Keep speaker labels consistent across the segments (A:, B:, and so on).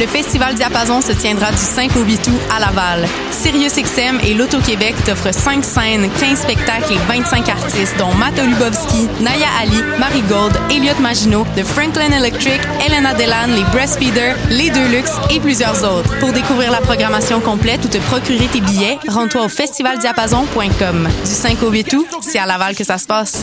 A: Le Festival Diapason se tiendra du 5 au 8 août à Laval. Sirius XM et L'Auto-Québec t'offrent 5 scènes, 15 spectacles et 25 artistes, dont Matt Lubowski, Naya Ali, Marie Gold, Elliot Maginot, The Franklin Electric, Elena Delan, les Breastfeeders, les Deluxe et plusieurs autres. Pour découvrir la programmation complète ou te procurer tes billets, rends-toi au festivaldiapason.com. Du 5 au 8 août, c'est à Laval que ça se passe.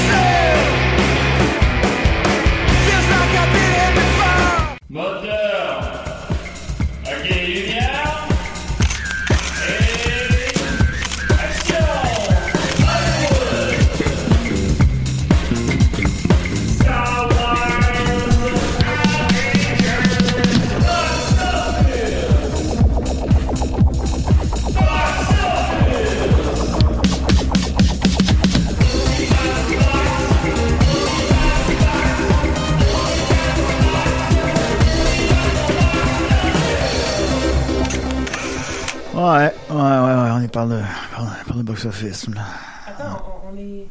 B: Ouais, ouais, ouais, ouais, on y parle de, on parle de box-office. là.
C: Attends, on, on est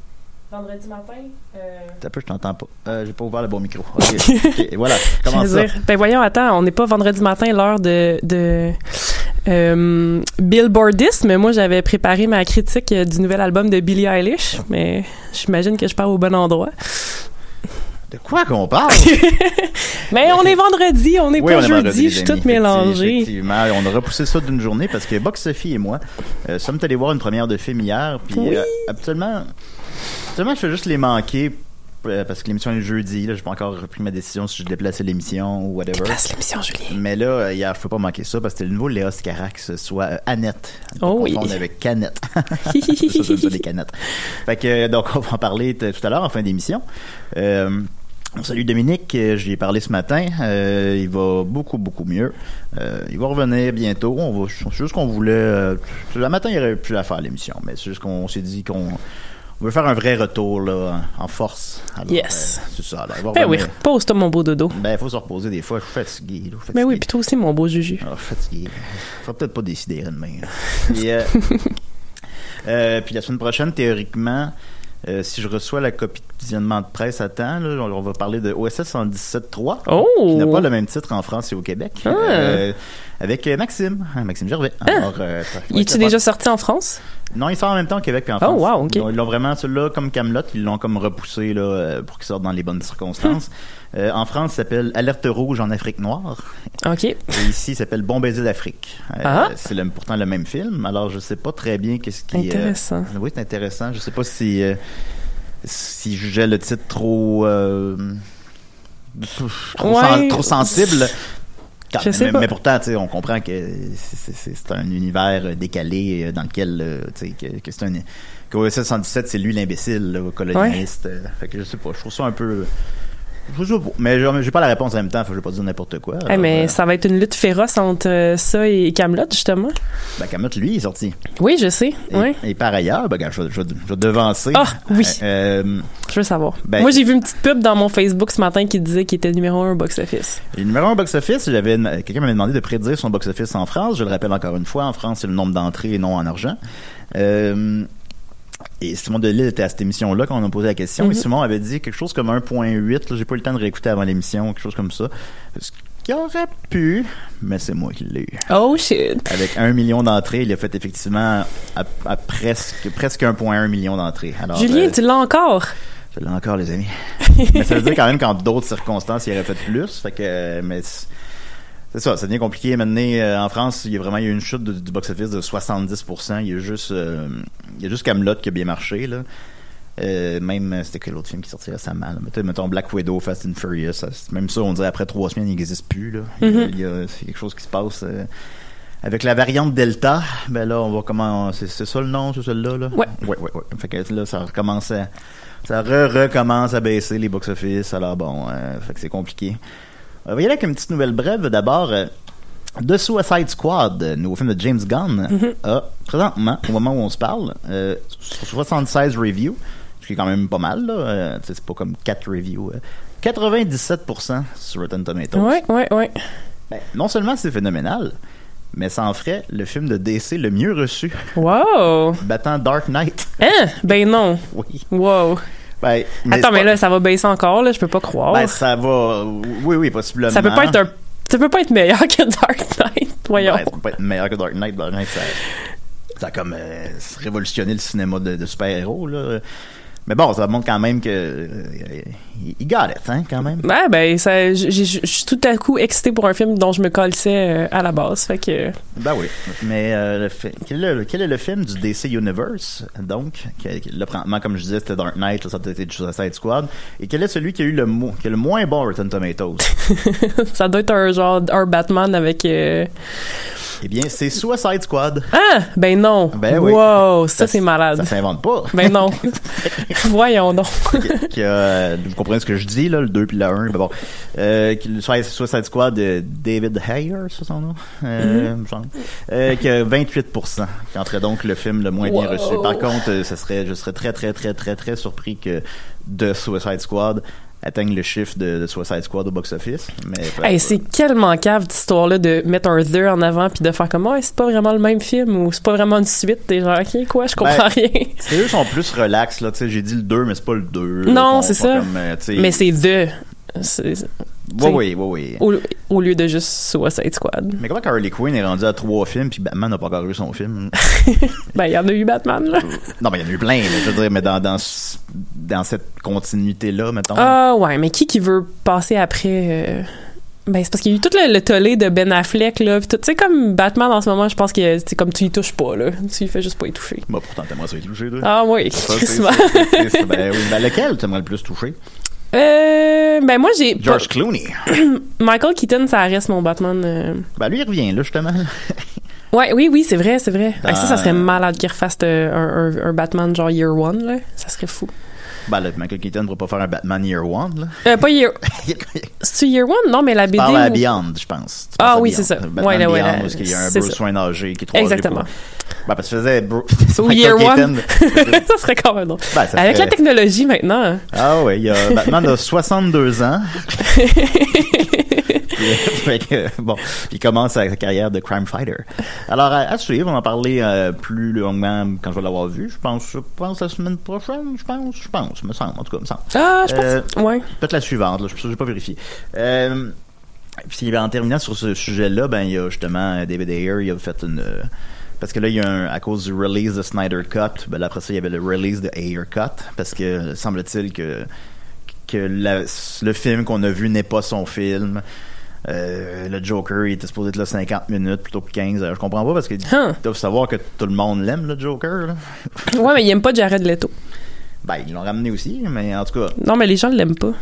C: vendredi matin. euh,
B: T'as peu, je t'entends pas. Euh, J'ai pas ouvert le bon micro. Ok, ok, voilà, comment
C: je veux
B: ça?
C: dire, ben voyons, attends, on n'est pas vendredi matin l'heure de, de euh, billboardisme. Moi, j'avais préparé ma critique euh, du nouvel album de Billie Eilish, mais j'imagine que je pars au bon endroit.
B: De quoi qu'on parle?
C: Mais on est vendredi, on n'est
B: Oui,
C: pas
B: on est vendredi,
C: jeudi,
B: les
C: je suis
B: amis.
C: toute
B: Effecti-
C: mélangée.
B: Effectivement, on a repoussé ça d'une journée parce que Box Sophie et moi euh, sommes allés voir une première de film hier. Puis
C: Oui.
B: euh, habituellement, habituellement, je fais juste les manquer euh, parce que l'émission est jeudi. Là, j'ai pas encore repris ma décision si je déplaçais l'émission ou whatever.
C: Place l'émission, Julien.
B: Mais là, euh, hier, je peux pas manquer ça parce que c'était le nouveau Léa Scarax, soit euh, Annette.
C: Oh oui.
B: On avait Canette. ça, j'aime ça, les canettes. Fait que, euh, donc, on va en parler t- tout à l'heure en fin d'émission. Euh, Salut Dominique, euh, j'y ai parlé ce matin. Euh, il va beaucoup, beaucoup mieux. Euh, il va revenir bientôt. On va, c'est juste qu'on voulait. euh, le matin, il aurait pu la faire l'émission, mais c'est juste qu'on s'est dit qu'on on veut faire un vrai retour là, en force. Alors,
C: Yes.
B: euh, c'est ça. là, il va
C: Ben oui,
B: revenir.
C: repose-toi mon beau dodo.
B: Ben, il faut se reposer des fois. Je suis fatigué. là, je suis
C: Ben oui,
B: fatigué.
C: puis toi aussi, mon beau Juju.
B: Ah, fatigué. Faut peut-être pas décider demain. là. Puis, euh, euh, puis la semaine prochaine, théoriquement, euh, si je reçois la copie de visionnement de presse à temps, là, on, on va parler de OSS 117.3, qui n'a
C: Oh!
B: pas le même titre en France et au Québec,
C: Ah.
B: euh, avec euh, Maxime, hein, Maxime Gervais. Alors, euh,
C: Il est-tu
B: ouais,
C: déjà sorti en France?
B: Non, il sort en même temps au Québec et en
C: Oh,
B: France.
C: wow, ok.
B: Ils l'ont- Ils l'ont vraiment, celui-là, comme Camelot, ils l'ont comme repoussé là, euh, pour qu'il sorte dans les bonnes circonstances.
C: Ah.
B: Euh, en France, il s'appelle Alerte rouge en Afrique noire.
C: OK.
B: Et ici, il s'appelle Bon baiser d'Afrique. Euh,
C: Ah.
B: C'est le- pourtant le même film. Alors, je sais pas très bien qu'est-ce qui. euh,
C: Intéressant.
B: oui, c'est intéressant. Je sais pas si euh, si je jugeais le titre trop euh, trop,
C: Ouais.
B: sen- trop sensible. Quand-
C: Je sais
B: mais,
C: pas.
B: mais pourtant, tu sais, on comprend que c'est- c'est c'est un univers euh, décalé euh, dans lequel, euh, tu sais, que, que c'est un que OSS 117, c'est lui l'imbécile, le colonialiste. euh, fait que je sais pas, je trouve ça un peu. Je sais pas, mais j'ai j'ai pas la réponse en même temps, fait que je vais pas dire n'importe quoi.
C: Eh, mais
B: Alors, euh,
C: ça va être une lutte féroce entre euh, ça et Camelot justement.
B: Ben, Camelot, lui, est sorti.
C: Oui, je sais.
B: Et,
C: Oui,
B: et par ailleurs, ben, regarde, je, vais- je vais- je vais devancer.
C: Ah, oui.
B: Euh, euh,
C: je veux savoir.
B: Ben-
C: Moi, j'ai vu une petite pub dans mon Facebook ce matin qui disait qu'il était numéro un au box-office.
B: le numéro un box-office, j'avais une- quelqu'un m'avait demandé de prédire son box-office en France. Je le rappelle encore une fois, en France, c'est le nombre d'entrées et non en argent. Euh, et Simon Delille était à cette émission-là quand on a posé la
C: Mhm.
B: question. Et Simon avait dit quelque chose comme 1.8. là, J'ai pas eu le temps de réécouter avant l'émission, quelque chose comme ça. Ce qui aurait pu, mais c'est moi qui l'ai eu.
C: Oh shit.
B: Avec un million d'entrées, il a fait effectivement à, à presque, presque 1,1 million d'entrées. Alors,
C: Julien,
B: euh,
C: tu l'as encore.
B: je l'ai encore, les amis. mais ça veut dire quand même qu'en d'autres circonstances, il aurait fait plus. Fait que, euh, mais c'est c'est ça, ça devient compliqué. Maintenant, euh, en France, il y a vraiment eu une chute de- du box-office de 70%. Il y a juste, euh, il y a juste Camelot qui a bien marché, là. Euh, même, euh, c'était que l'autre film qui sortait récemment. là. Mettons, mettons Black Widow, Fast and Furious. ça, c'est- même ça, on dirait après trois semaines, il n'existe plus. Là. Il y a- il y a- c'est quelque chose qui se passe. euh, avec la variante Delta, ben là, on voit comment. C'est, c'est ça le nom, c'est celle-là? Là?
C: Ouais.
B: Ouais, ouais, ouais. Fait que là, ça recommence à. Ça re-recommence à baisser les box-office. Alors bon, euh, fait que c'est compliqué. Euh, On va y aller avec une petite nouvelle brève. D'abord, euh, The Suicide Squad, euh, nouveau film de James Gunn,
C: Mm-hmm.
B: a présentement, au moment où on se parle, euh, sur 76 reviews, ce qui est quand même pas mal, là. euh, tu sais, c'est pas comme 4 reviews. euh, 97% sur Rotten Tomatoes.
C: Ouais, ouais, ouais.
B: Ben, non seulement c'est phénoménal, mais ça en ferait le film de DC le mieux reçu,
C: Wow.
B: battant Dark Knight.
C: Hein? Ben non.
B: oui.
C: Wow.
B: Ben, mais
C: Attends,
B: c'est
C: mais
B: pas-
C: là, ça va baisser encore, là. Je peux pas croire.
B: ben, ça va. Oui, oui, possiblement.
C: ça peut pas être un. Ça peut pas être meilleur que Dark Knight, voyons.
B: Ouais, ça peut pas être meilleur que Dark Knight. Dark Knight, ça, ça a comme euh, révolutionné le cinéma de, de super-héros. là. Mais bon, ça montre quand même que. euh, Il got it, hein, quand même.
C: Ouais, ben, ça, j'ai- j'ai- je suis tout à coup excitée pour un film dont je me colissais euh, à la base. Fait que.
B: Ben oui. Mais euh, le fi- quel, est le, quel est le film du DC Universe, donc que- que- Là, présentement, comme je disais, c'était Dark Knight, là, ça peut être Suicide Squad. Et quel est celui qui a eu le, mo- qui a le moins bon Rotten Tomatoes
C: ça doit être un genre. Un Batman avec. euh,
B: Eh bien, c'est Suicide Squad.
C: Ah! Ben non.
B: Ben oui.
C: Wow. Ça, c'est malade.
B: Ça s'invente pas.
C: Ben non. voyons donc.
B: que- que, euh, vous comprenez ce que je dis, là, le 2 puis le 1. Mais bon, euh, qui- le Suicide Suicide Squad de David Hayer, c'est son nom,
C: Mm-hmm.
B: euh, me semble. Euh, qui a 28%, qui en ferait donc le film le moins bien
C: Wow.
B: reçu. Par contre, euh, ça serait, je serais très, très, très, très, très surpris que de Suicide Squad atteigne le chiffre de, de Suicide Squad au box-office. Mais
C: Hey, c'est tellement cave cette histoire-là de mettre un 2 en avant puis de faire comme ouais, c'est pas vraiment le même film ou c'est pas vraiment une suite. T'es genre, ok, quoi, je comprends
B: Ben,
C: rien.
B: c'est- eux sont plus relax, là, tu sais, j'ai dit le 2, mais c'est pas le 2. là,
C: Non,
B: ils sont-
C: c'est
B: sont
C: ça.
B: comme, euh, tu sais,
C: Mais c'est deux. C'est-
B: Oui, oui, oui, oui.
C: Au, au lieu de juste Suicide Squad.
B: Mais comment Harley Quinn est rendue à trois films, puis Batman n'a pas encore eu son film?
C: Ben, il y en a eu Batman, là.
B: Non, mais il y en a eu plein, là, je veux dire, mais dans, dans, ce- dans cette continuité-là, mettons.
C: Ah, ouais, mais qui qui veut passer après. euh, Ben, c'est parce qu'il y a eu tout le, le tollé de Ben Affleck, là. pis tout. Tu sais, comme Batman en ce moment, je pense que c'est comme tu y touches pas, là. Tu y fais juste pas y toucher.
B: Bah, pourtant, t'aimerais ça être touché, toi.
C: Ah, oui,
B: Ça, c'est-
C: Christmas.
B: c'est- c'est- c'est- ben, oui. Ben, lequel t'aimerais le plus toucher?
C: Euh, ben, moi, j'ai.
B: George Clooney.
C: Michael Keaton, ça reste mon Batman. euh,
B: Ben, lui, il revient, là, justement.
C: Ouais, oui, oui, c'est vrai, c'est vrai. Ah, ça, ça serait
B: Euh,
C: malade qu'ils refassent euh, un, un- un Batman genre Year One, là. Ça serait fou.
B: Ben, là, Michael Keaton ne pourrait pas faire un Batman Year One, là.
C: Euh, pas Year.
B: Il
C: C'est-tu Year One? Non, mais la BD.
B: parle à
C: où-
B: Beyond, je pense. Tu
C: Ah
B: penses à
C: oui,
B: Beyond.
C: c'est ça.
B: Batman
C: Ouais, là, ouais,
B: Beyond,
C: là,
B: parce qu'il y a un
C: c'est
B: Bruce
C: ça.
B: Wayne âgé qui est trois
C: Exactement.
B: âgé pour- Ben, parce que faisait Bru-
C: Ou
B: Michael
C: Year
B: Keaton.
C: One. ça serait quand même drôle.
B: Ben, ça
C: Avec
B: serait-
C: la technologie maintenant. hein.
B: Ah oui, il y a Batman de 62 ans. Puis, euh, fait que, bon, puis il commence sa carrière de crime fighter. Alors, à, à suivre, on va en parler euh, plus longuement quand je vais l'avoir vu. Je pense, je pense la semaine prochaine, je pense, je pense, me semble, en tout cas, me semble.
C: Ah, je pense.
B: Euh,
C: Ouais.
B: Peut-être la suivante, là, je n'ai pas vérifié. Euh, puis ben, en terminant sur ce sujet-là, ben il y a justement euh, David Ayer, il a fait une euh, parce que là il y a un, à cause du release de Snyder Cut, ben là, après ça il y avait le release de Ayer Cut parce que semble-t-il que que la- le film qu'on a vu n'est pas son film. Euh, le Joker, il était supposé être là 50 minutes plutôt que 15. Alors, je comprends pas parce que
C: Huh.
B: ils doivent savoir que tout le monde l'aime le Joker. là.
C: Ouais, mais il aime pas Jared Leto.
B: Ben ils l'ont ramené aussi, mais en tout cas,
C: Non, mais les gens l'aiment pas.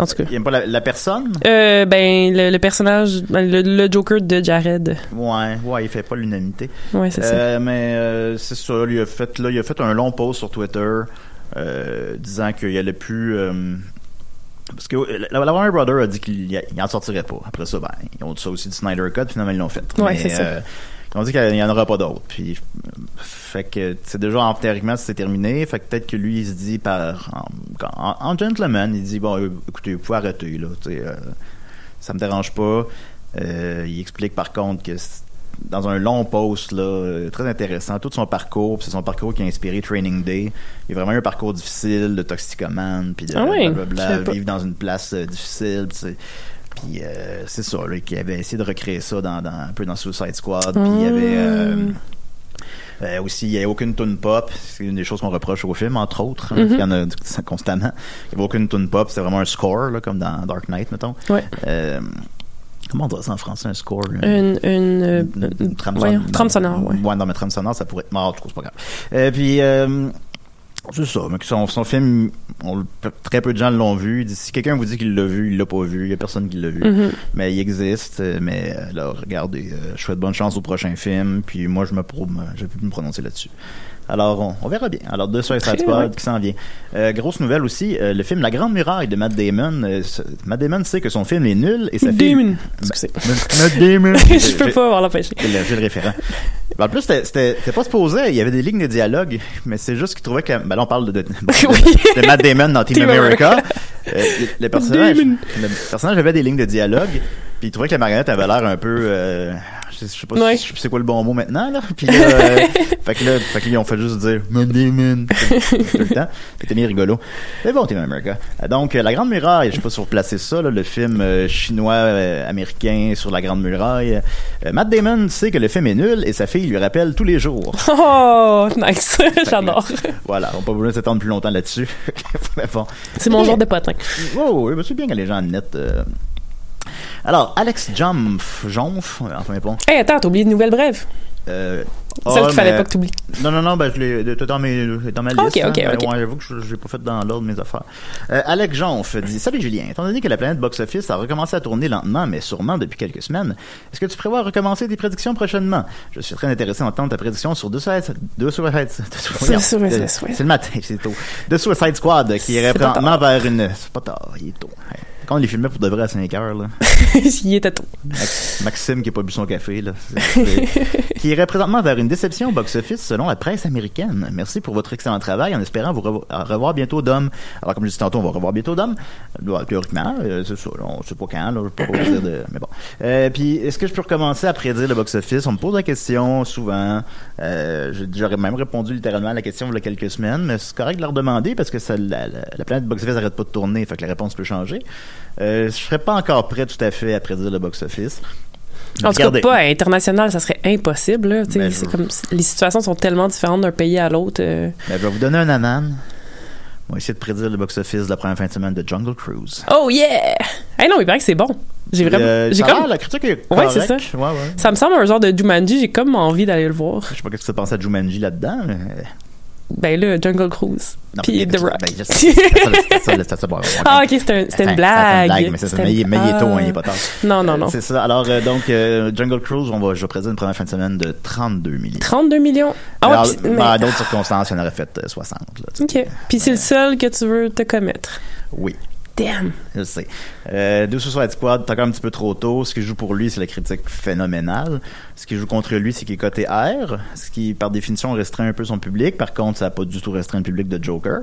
C: En tout cas.
B: ils aiment pas la- la personne.
C: Euh, ben, le, le personnage, ben, le, le Joker de Jared.
B: Ouais, ouais, il fait pas l'unanimité.
C: Ouais, c'est ça.
B: Euh, mais euh, c'est ça, il a fait là, il a fait un long post sur Twitter euh, disant qu'il allait plus euh, parce que euh, la, la Warner Brother a dit qu'il y a- il en sortirait pas. Après ça, ben, ils ont dit ça aussi du Snyder Cut, finalement ils l'ont fait.
C: Ouais,
B: Mais,
C: c'est ça.
B: euh, ils ont dit qu'il n'y en aura pas d'autres. Puis, euh, fait que c'est déjà en théoriquement c'est terminé. Fait que peut-être que lui il se dit par en, en- en gentleman, il dit bon, euh, écoutez, vous pouvez arrêter là, tu sais, euh, ça me dérange pas. Euh, il explique par contre que c'est- dans un long post là, euh, très intéressant, tout son parcours, puis c'est son parcours qui a inspiré Training Day. Il y a vraiment un parcours difficile de toxicomane, puis de
C: Ah oui,
B: blablabla,
C: je savais pas.
B: vivre dans une place euh, difficile. puis c'est- Puis euh, c'est ça, là, qui avait essayé de recréer ça dans, dans- un peu dans Suicide Squad. Puis il y avait.
C: Hmm.
B: euh, euh, aussi, il n'y a aucune tune pop. C'est une des choses qu'on reproche au film, entre autres.
C: Mm-hmm.
B: hein, Il y en a d- constamment. Il n'y avait aucune tune pop. C'était vraiment un score, là, comme dans Dark Knight, mettons.
C: Ouais.
B: Euh, comment on dit ça en français, un score? là?
C: Une, une, euh,
B: Une- une trame
C: voyons,
B: sonore.
C: trame sonore, ouais.
B: Ouais, non, mais trame sonore, ça pourrait être mort, je trouve, c'est pas grave. Euh, puis, euh, c'est ça. Mais que son, son film, on le- très peu de gens l'ont vu. Si quelqu'un vous dit qu'il l'a vu, il l'a pas vu. Il y a personne qui l'a vu.
C: Mm-hmm.
B: Mais il existe. euh, Mais euh, là, regardez, euh, je souhaite bonne chance au prochain film. Puis moi, je me pro- je vais plus me prononcer là-dessus. Alors, on, on verra bien. Alors, de ça,
C: Très
B: Spot
C: bien.
B: qui s'en vient. Euh, grosse nouvelle aussi, euh, le film La Grande Muraille de Matt Damon. euh, ce- Matt Damon sait que son film est nul et ça fait...
C: Damon. Excusez.
B: Matt Damon.
C: je peux pas avoir l'empêcher.
B: C'est le, c'est le référent. Ben, en plus, c'était- c'était c'était pas supposé. Il y avait des lignes de dialogue, mais c'est juste qu'il trouvait que. Ben là, on parle de, de, bon, de- de Matt Damon dans Team
C: Team
B: America. Euh, le, le personnage,
C: Damon.
B: le personnage avait des lignes de dialogue, puis il trouvait que la marionnette avait l'air un peu. euh, je, sais- je sais pas si-
C: Ouais.
B: je sais c'est quoi le bon mot maintenant, là. Puis là, euh, fait que là, fait qu'ils ont fait juste dire Matt Damon tout le temps. C'était bien rigolo. Mais bon, Team America. Euh, Donc, euh, La Grande Muraille, je sais pas si vous replacez ça, là, le film euh, chinois-américain sur La Grande Muraille. Euh, Matt Damon sait que le film est nul et sa fille lui rappelle tous les jours.
C: Oh, nice. J'adore.
B: Voilà, on n'a pas voulu s'étendre plus longtemps là-dessus. Mais bon.
C: C'est mon genre de potin.
B: Oh, oui, ben, c'est bien que les gens net. euh. Alors, Alex Jomf, Jonf, enfin, mais bon.
C: Hé, attends, t'as oublié une nouvelle brève.
B: Euh,
C: Celle
B: oh,
C: qu'il fallait
B: mais-
C: pas que t'oublies.
B: Non, non, non, ben, je l'ai t'es dans, mes, dans ma liste.
C: Ok,
B: hein,
C: ok,
B: mais
C: ok.
B: ouais, j'avoue que je ne l'ai pas fait dans l'ordre de mes affaires. Euh, Alec Jonf dit Salut Julien, étant donné que la planète Box Office a recommencé à tourner lentement, mais sûrement depuis quelques semaines, est-ce que tu prévois recommencer tes prédictions prochainement Je suis très intéressé d'entendre ta prédiction sur deux Suicide deux Suicide-
C: Suicide-
B: C'est
C: Suicide-
B: le matin, c'est tôt. De Suicide Squad qui irait
C: C'est pas
B: présentement vers une. C'est pas tard, il est tôt. Ouais. Quand on les filmait pour de vrai à 5 heures, là.
C: Il était tôt.
B: Max- Maxime qui n'a pas bu son café, là. C'est- c'est- qui irait présentement vers une déception au box-office selon la presse américaine. Merci pour votre excellent travail en espérant vous revo- à revoir bientôt Dom. Alors, comme je disais tantôt, on va revoir bientôt Dom. Ouais, théoriquement, euh, c'est ça. là, on sait pas quand, là. Je peux pas vous dire de- Mais bon. Euh, puis, est-ce que je peux recommencer à prédire le box-office? On me pose la question souvent. Euh, j'ai- J'aurais même répondu littéralement à la question il y a quelques semaines, mais c'est correct de leur demander parce que ça, la, la- la planète box-office n'arrête pas de tourner, fait que la réponse peut changer. Euh, je serais pas encore prêt tout à fait à prédire le box-office.
C: En tout
B: Regardez.
C: cas, pas à international, ça serait impossible. là. Tu sais,
B: Ben, je-
C: c'est comme les situations sont tellement différentes d'un pays à l'autre. euh.
B: Ben, je vais vous donner un anan. On va essayer de prédire le box-office de la première fin de semaine de Jungle Cruise.
C: Oh yeah! Hey non, il paraît que c'est bon. J'ai vraiment,
B: Euh,
C: j'ai
B: ça a
C: comme,
B: l'air, la critique est
C: Ouais,
B: correcte.
C: c'est ça.
B: Ouais, ouais.
C: ça me semble un genre de Jumanji. J'ai comme envie d'aller le voir.
B: Je sais pas qu'est-ce que tu penses à Jumanji là-dedans. Mais... euh,
C: Ben là, Jungle Cruise,
B: Non, mais-
C: puis The Rock.
B: Ben, je- c'est ça, c'est ça, c'est ça, bon, bon,
C: ah ok, c'était un- c'était
B: Attends,
C: une
B: attends,
C: blague.
B: mais, c'est ça,
C: C'était
B: mais, il est-
C: une-
B: mais il est tôt, hein, il est
C: Ah.
B: pas tard.
C: Non non
B: Euh,
C: non.
B: C'est ça. Alors, euh, donc, euh, Jungle Cruise, on va, je vais présenter une première fin de semaine de 32 millions.
C: 32 millions. Ah ouais,
B: Alors,
C: puis- mais-
B: dans d'autres circonstances, il y en aurait fait euh, 60. là, tu sais.
C: Ok. Puis c'est le seul que tu veux te commettre.
B: Oui.
C: Damn.
B: Je sais. Euh, Deux Suicide Squad, t'as encore un petit peu trop tôt. Ce qui joue pour lui, c'est la critique phénoménale. Ce qui joue contre lui, c'est qu'il est coté R, ce qui, par définition, restreint un peu son public. Par contre, ça n'a pas du tout restreint le public de Joker.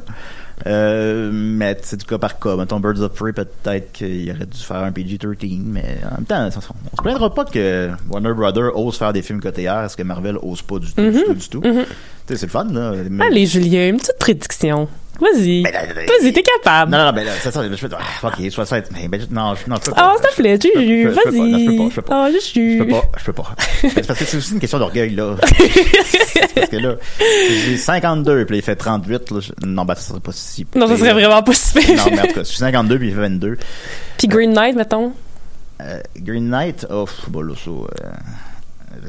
B: Euh, mais c'est du cas par cas. Mettons Birds of Prey, peut-être qu'il aurait dû faire un PG-13, mais en même temps, on se plaindra pas que Warner Brother ose faire des films coté R, ce que Marvel ose pas du tout, du tout, du tout. Tu sais, C'est le fun, là. Mais-
C: Allez Julien, une petite prédiction. Vas-y.
B: Mais Ben, là, là, là,
C: Vas-y, t'es capable.
B: Non, non, non, ben là, ça, ça, je fais, ah, ok, 60, mais, ben, non, je- non, je peux pas.
C: Oh, s'il te plaît,
B: Je peux-
C: Juju,
B: je peux pas, non, je peux pas, je
C: vas-y.
B: peux pas.
C: Oh,
B: Je peux
C: Juju.
B: pas, je peux pas. Mais c'est parce que c'est aussi une question d'orgueil, là. C'est parce que là, j'ai 52, puis là, il fait 38, là. je- Non, ben, ça serait pas si.
C: Non, ça serait vraiment pas super.
B: Non, mais en tout cas, je suis 52, puis il fait 22.
C: Puis Green Knight, mettons.
B: Euh, Green Knight, oh, pff, bon, là, ça. euh,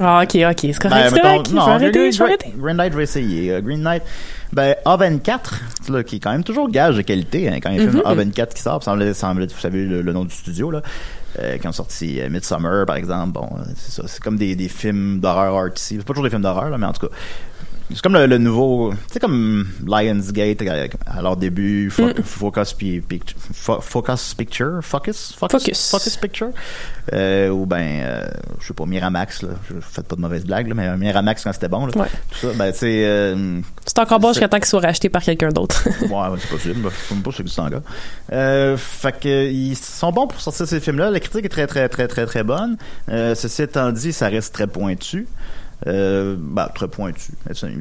C: Ah, ok, ok, c'est
B: Ben,
C: correct.
B: mettons,
C: c'est correct. Je vais arrêter,
B: Green,
C: je vais arrêter.
B: Green Knight, je vais essayer. Euh, Green Knight, ben, A24, là, qui est quand même toujours gage de qualité, hein, quand il y a un
C: Mhm.
B: film A24 qui sort, semble, semble, vous savez le, le nom du studio, là, euh, qui ont sorti euh, Midsummer, par exemple, bon, euh, c'est ça, c'est comme des, des films d'horreur artsy, c'est pas toujours des films d'horreur, là, mais en tout cas, c'est comme le, le nouveau, c'est comme Lionsgate euh, à leur début, Fo-
C: Mm.
B: Focus, puis- Pict- Fo- Focus Picture, Focus,
C: Focus.
B: Focus Picture, euh, ou ben, euh, je sais pas, Miramax, là, je fais pas de mauvaises blagues, là, mais Miramax quand c'était bon, là,
C: Ouais.
B: tout ça, ben c'est, euh,
C: C'est encore bon
B: C'est-
C: jusqu'à temps qu'il soit racheté par quelqu'un d'autre.
B: ouais, c'est possible, ben, je sais même pas si ça existe encore. Euh, fait que ils sont bons pour sortir ces films-là, la critique est très très très très très bonne. Euh, ceci étant dit, ça reste très pointu. Euh, bah, très pointu.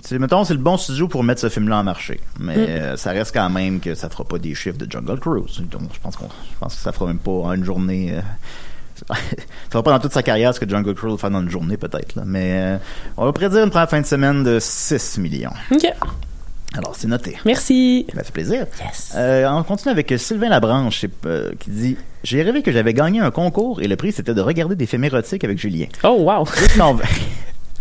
B: T'sais, mettons, c'est le bon studio pour mettre ce film-là en marché. Mais
C: Mm.
B: euh, ça reste quand même que ça fera pas des chiffres de Jungle Cruise. Donc, je pense, qu'on, je pense que ça fera même pas en une journée. euh, ça fera pas dans toute sa carrière ce que Jungle Cruise va faire dans une journée, peut-être. là. Mais euh, on va prédire une première fin de semaine de 6 millions.
C: OK.
B: Alors, c'est noté.
C: Merci.
B: Ça fait plaisir.
C: Yes.
B: Euh, on continue avec euh, Sylvain Labranche c'est, euh, qui dit J'ai rêvé que j'avais gagné un concours et le prix c'était de regarder des films érotiques avec Julien.
C: Oh, wow.
B: Juste qu'on-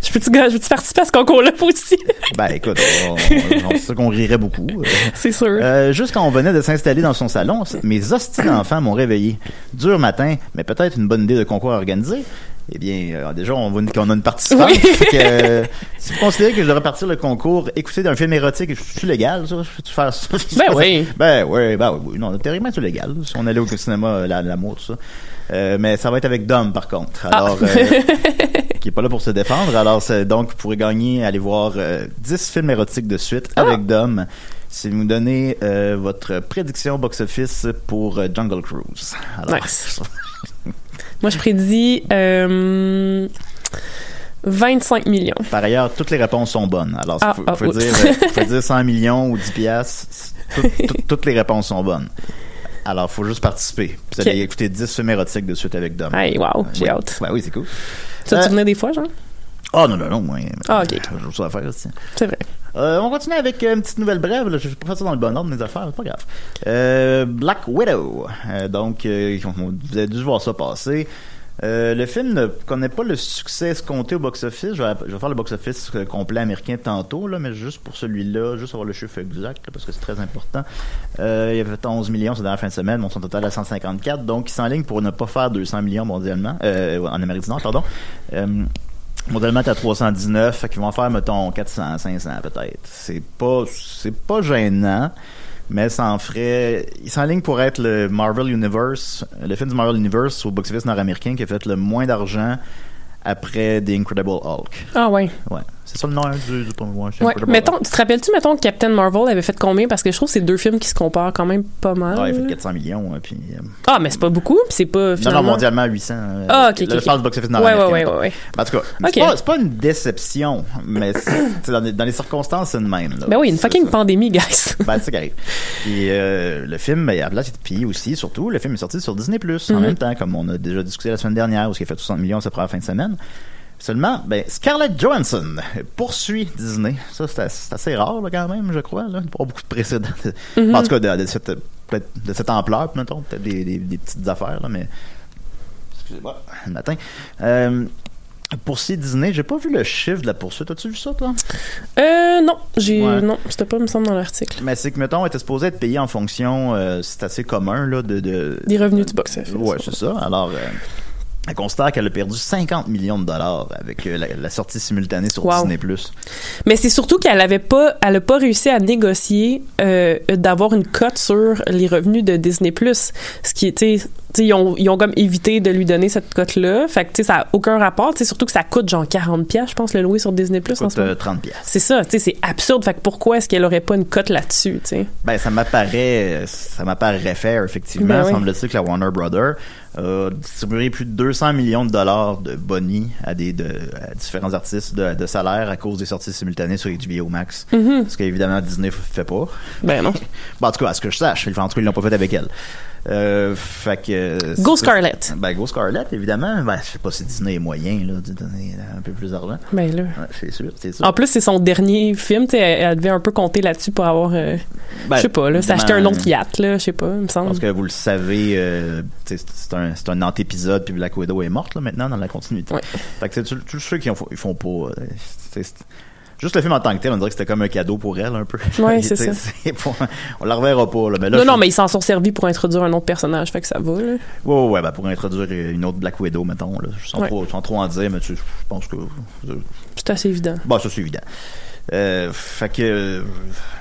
C: Je peux-tu ga- je peux-tu participer à ce concours-là, moi aussi?
B: ben écoute, on, on- on- c'est sûr qu'on rirait beaucoup.
C: C'est sûr.
B: Euh, juste quand on venait de s'installer dans son salon, c- mes hosties d'enfants m'ont réveillé. Dur matin, mais peut-être une bonne idée de concours à organiser. Eh bien, euh, déjà, on voit qu'on a une participante.
C: Oui.
B: Fait que, euh, si vous considérez que je devrais partir le concours, écouter d'un film érotique, je je suis légal, ça? Je peux-tu faire ça?
C: Ben oui.
B: Ben oui, ben oui, oui. Non, théoriquement, c'est légal. Si on allait au cinéma, euh, la- l'amour, tout ça. Euh, mais ça va être avec Dom, par contre.
C: Ah.
B: Alors, euh, qui est pas là pour se défendre. Alors, c'est- donc, vous pourrez gagner, aller voir euh, 10 films érotiques de suite
C: Ah!
B: avec Dom. Si vous nous donnez euh, votre prédiction box-office pour euh, Jungle Cruise. Alors,
C: Nice. Moi, je prédis euh, 25 millions.
B: par ailleurs, toutes les réponses sont bonnes. Alors,
C: Ah,
B: vous,
C: ah,
B: pouvez
C: oups.
B: dire, euh, vous pouvez dire 100 millions ou 10 piastres. Tout- tout- toutes les réponses sont bonnes. Alors, faut juste participer. Vous
C: Ok.
B: allez écouter 10 films érotiques de suite avec Dom.
C: Hey, wow, j'ai
B: Ah, Ouais.
C: hâte.
B: Ouais, oui, c'est cool.
C: Tu vas
B: Euh,
C: te souvenir des fois, genre?
B: Ah non, non, non, moi. euh,
C: Ah, ok.
B: J'ai autre chose à faire aussi.
C: C'est vrai.
B: Euh, on continue avec euh, une petite nouvelle brève. Là. Je vais pas faire ça dans le bon ordre des affaires, c'est pas grave. Euh, Black Widow. Euh, donc, euh, on- vous avez dû voir ça passer. Euh, le film ne connaît pas le succès escompté au box-office. Je vais, je vais faire le box-office euh, complet américain tantôt, là, mais juste pour celui-là, juste avoir le chiffre exact, là, parce que c'est très important. Euh, il y avait 11 millions cette dernière fin de semaine, bon, son total à 154, donc il s'enligne pour ne pas faire 200 millions mondialement, euh, en Amérique du Nord, pardon. Euh, Mondialement, t'as 319, fait qu'ils vont faire, mettons, 400, 500 peut-être. C'est pas, c'est pas gênant, mais ça en ferait... Il s'enligne pour être le Marvel Universe, le film du Marvel Universe au box-office nord-américain qui a fait le moins d'argent après The Incredible Hulk.
C: Ah ouais.
B: Ouais. C'est ça le nom hein, du, du ouais, c'est
C: ouais.
B: Incredible
C: Mettons,
B: Hulk.
C: tu te rappelles-tu, mettons, que Captain Marvel avait fait combien? Parce que je trouve que c'est deux films qui se comparent quand même pas mal.
B: Ouais, il fait 400 millions, hein, puis... euh,
C: Ah, mais c'est pas beaucoup, puis c'est pas
B: Non, non,
C: finalement...
B: mondialement, 800. euh,
C: Ah, ok,
B: là,
C: ok,
B: je parle du
C: ok.
B: box-office
C: Ouais,
B: nord-américain.
C: ouais, ouais,
B: mettons.
C: ouais. ouais.
B: En tout cas,
C: Ok.
B: c'est, pas, c'est pas une déception, mais c'est- c'est dans, les- dans les circonstances, c'est de même. Là.
C: Ben oui, une
B: C'est
C: fucking
B: ça.
C: pandémie, guys.
B: Ben, c'est ça qui arrive. Puis euh, le film, ben, à la place, puis aussi, surtout, le film est sorti sur Disney Plus en
C: Mhm.
B: même temps, comme on a déjà discuté la semaine dernière, où il a fait 60 millions cette première fin de semaine. Seulement, ben, Scarlett Johansson poursuit Disney. Ça, c'est assez, c'est assez rare, là, quand même, je crois. Là. Il n'y a pas beaucoup de précédents. En tout cas, de, de cette, peut-être de cette ampleur, mettons, peut-être des, des- des petites affaires, là, mais. Excusez-moi, le matin. Euh, poursuit Disney. J'ai pas vu le chiffre de la poursuite. As-tu vu ça, toi?
C: Euh, non, j'ai...
B: Ouais.
C: Non, c'était pas, me semble, dans l'article.
B: Mais c'est que, mettons, elle était supposée être payée en fonction, euh, c'est assez commun, là, de. de
C: Des revenus du box-office.
B: ouais, c'est ça. Alors, euh, elle constate qu'elle a perdu 50 millions de dollars avec euh, la, la sortie simultanée sur
C: Wow.
B: Disney.
C: Mais c'est surtout qu'elle avait pas, elle a pas réussi à négocier euh, d'avoir une cote sur les revenus de Disney+. Ce qui était, ils ont, ils ont comme évité de lui donner cette cote-là. Fait que tu sais, ça a aucun rapport. Tu sais, surtout que ça coûte genre 40 pièces, je pense, le louer sur Disney+ en
B: Coûte
C: ce moment.
B: euh, 30 pièces.
C: C'est ça, tu sais, c'est absurde. Fait que pourquoi est-ce qu'elle aurait pas une cote là-dessus, tu sais?
B: Ben, ça m'apparaît, euh, ça m'apparaît fair, effectivement.
C: Ben oui.
B: Semble-t-il que la Warner Brother a distribué plus de 200 millions de dollars de bonnies à des, de, à différents artistes de, de salaire à cause des sorties simultanées sur HBO Max.
C: Mm-hmm.
B: Ce qu'évidemment Disney f- fait pas.
C: Ben non.
B: Bon, Ah Bah, en tout cas, à ce que je sache, en tout cas, ils l'ont pas fait avec elle. Euh, fait que.
C: Go
B: c'est-
C: Scarlett.
B: Ben, Go Scarlett, évidemment. Ben, je sais pas si Disney est moyen, là, de donner un peu plus d'argent.
C: Ben là.
B: Ouais, c'est sûr, c'est sûr.
C: En plus, c'est son dernier film, tu sais, elle, elle devait un peu compter là-dessus pour avoir, euh,
B: Ben,
C: je sais pas, là, s'acheter un
B: évidemment,
C: autre yacht, là, je sais pas, il me
B: Je
C: semble.
B: pense que vous le savez, euh, tu sais, c'est un, c'est un antépisode, puis Black Widow est morte là, maintenant dans la continuité.
C: Ouais.
B: Fait que c'est tous- tous ceux qui ont, ils font pas. euh, c'est- c'est- Juste le film en tant que tel, on dirait que c'était comme un cadeau pour elle un peu.
C: Ouais, c'est
B: Tu sais,
C: ça.
B: c'est pas- on la reverra pas. Là, mais là,
C: non,
B: je-
C: non, mais ils s'en sont servis pour introduire un autre personnage, fait que ça va, là.
B: Ouais, ouais, ouais, ben pour introduire une autre Black Widow, mettons, là, sans,
C: Ouais.
B: trop, sans trop en dire, mais tu, je pense que.
C: C'est assez évident.
B: Bon, ça, c'est évident. Euh, fait que.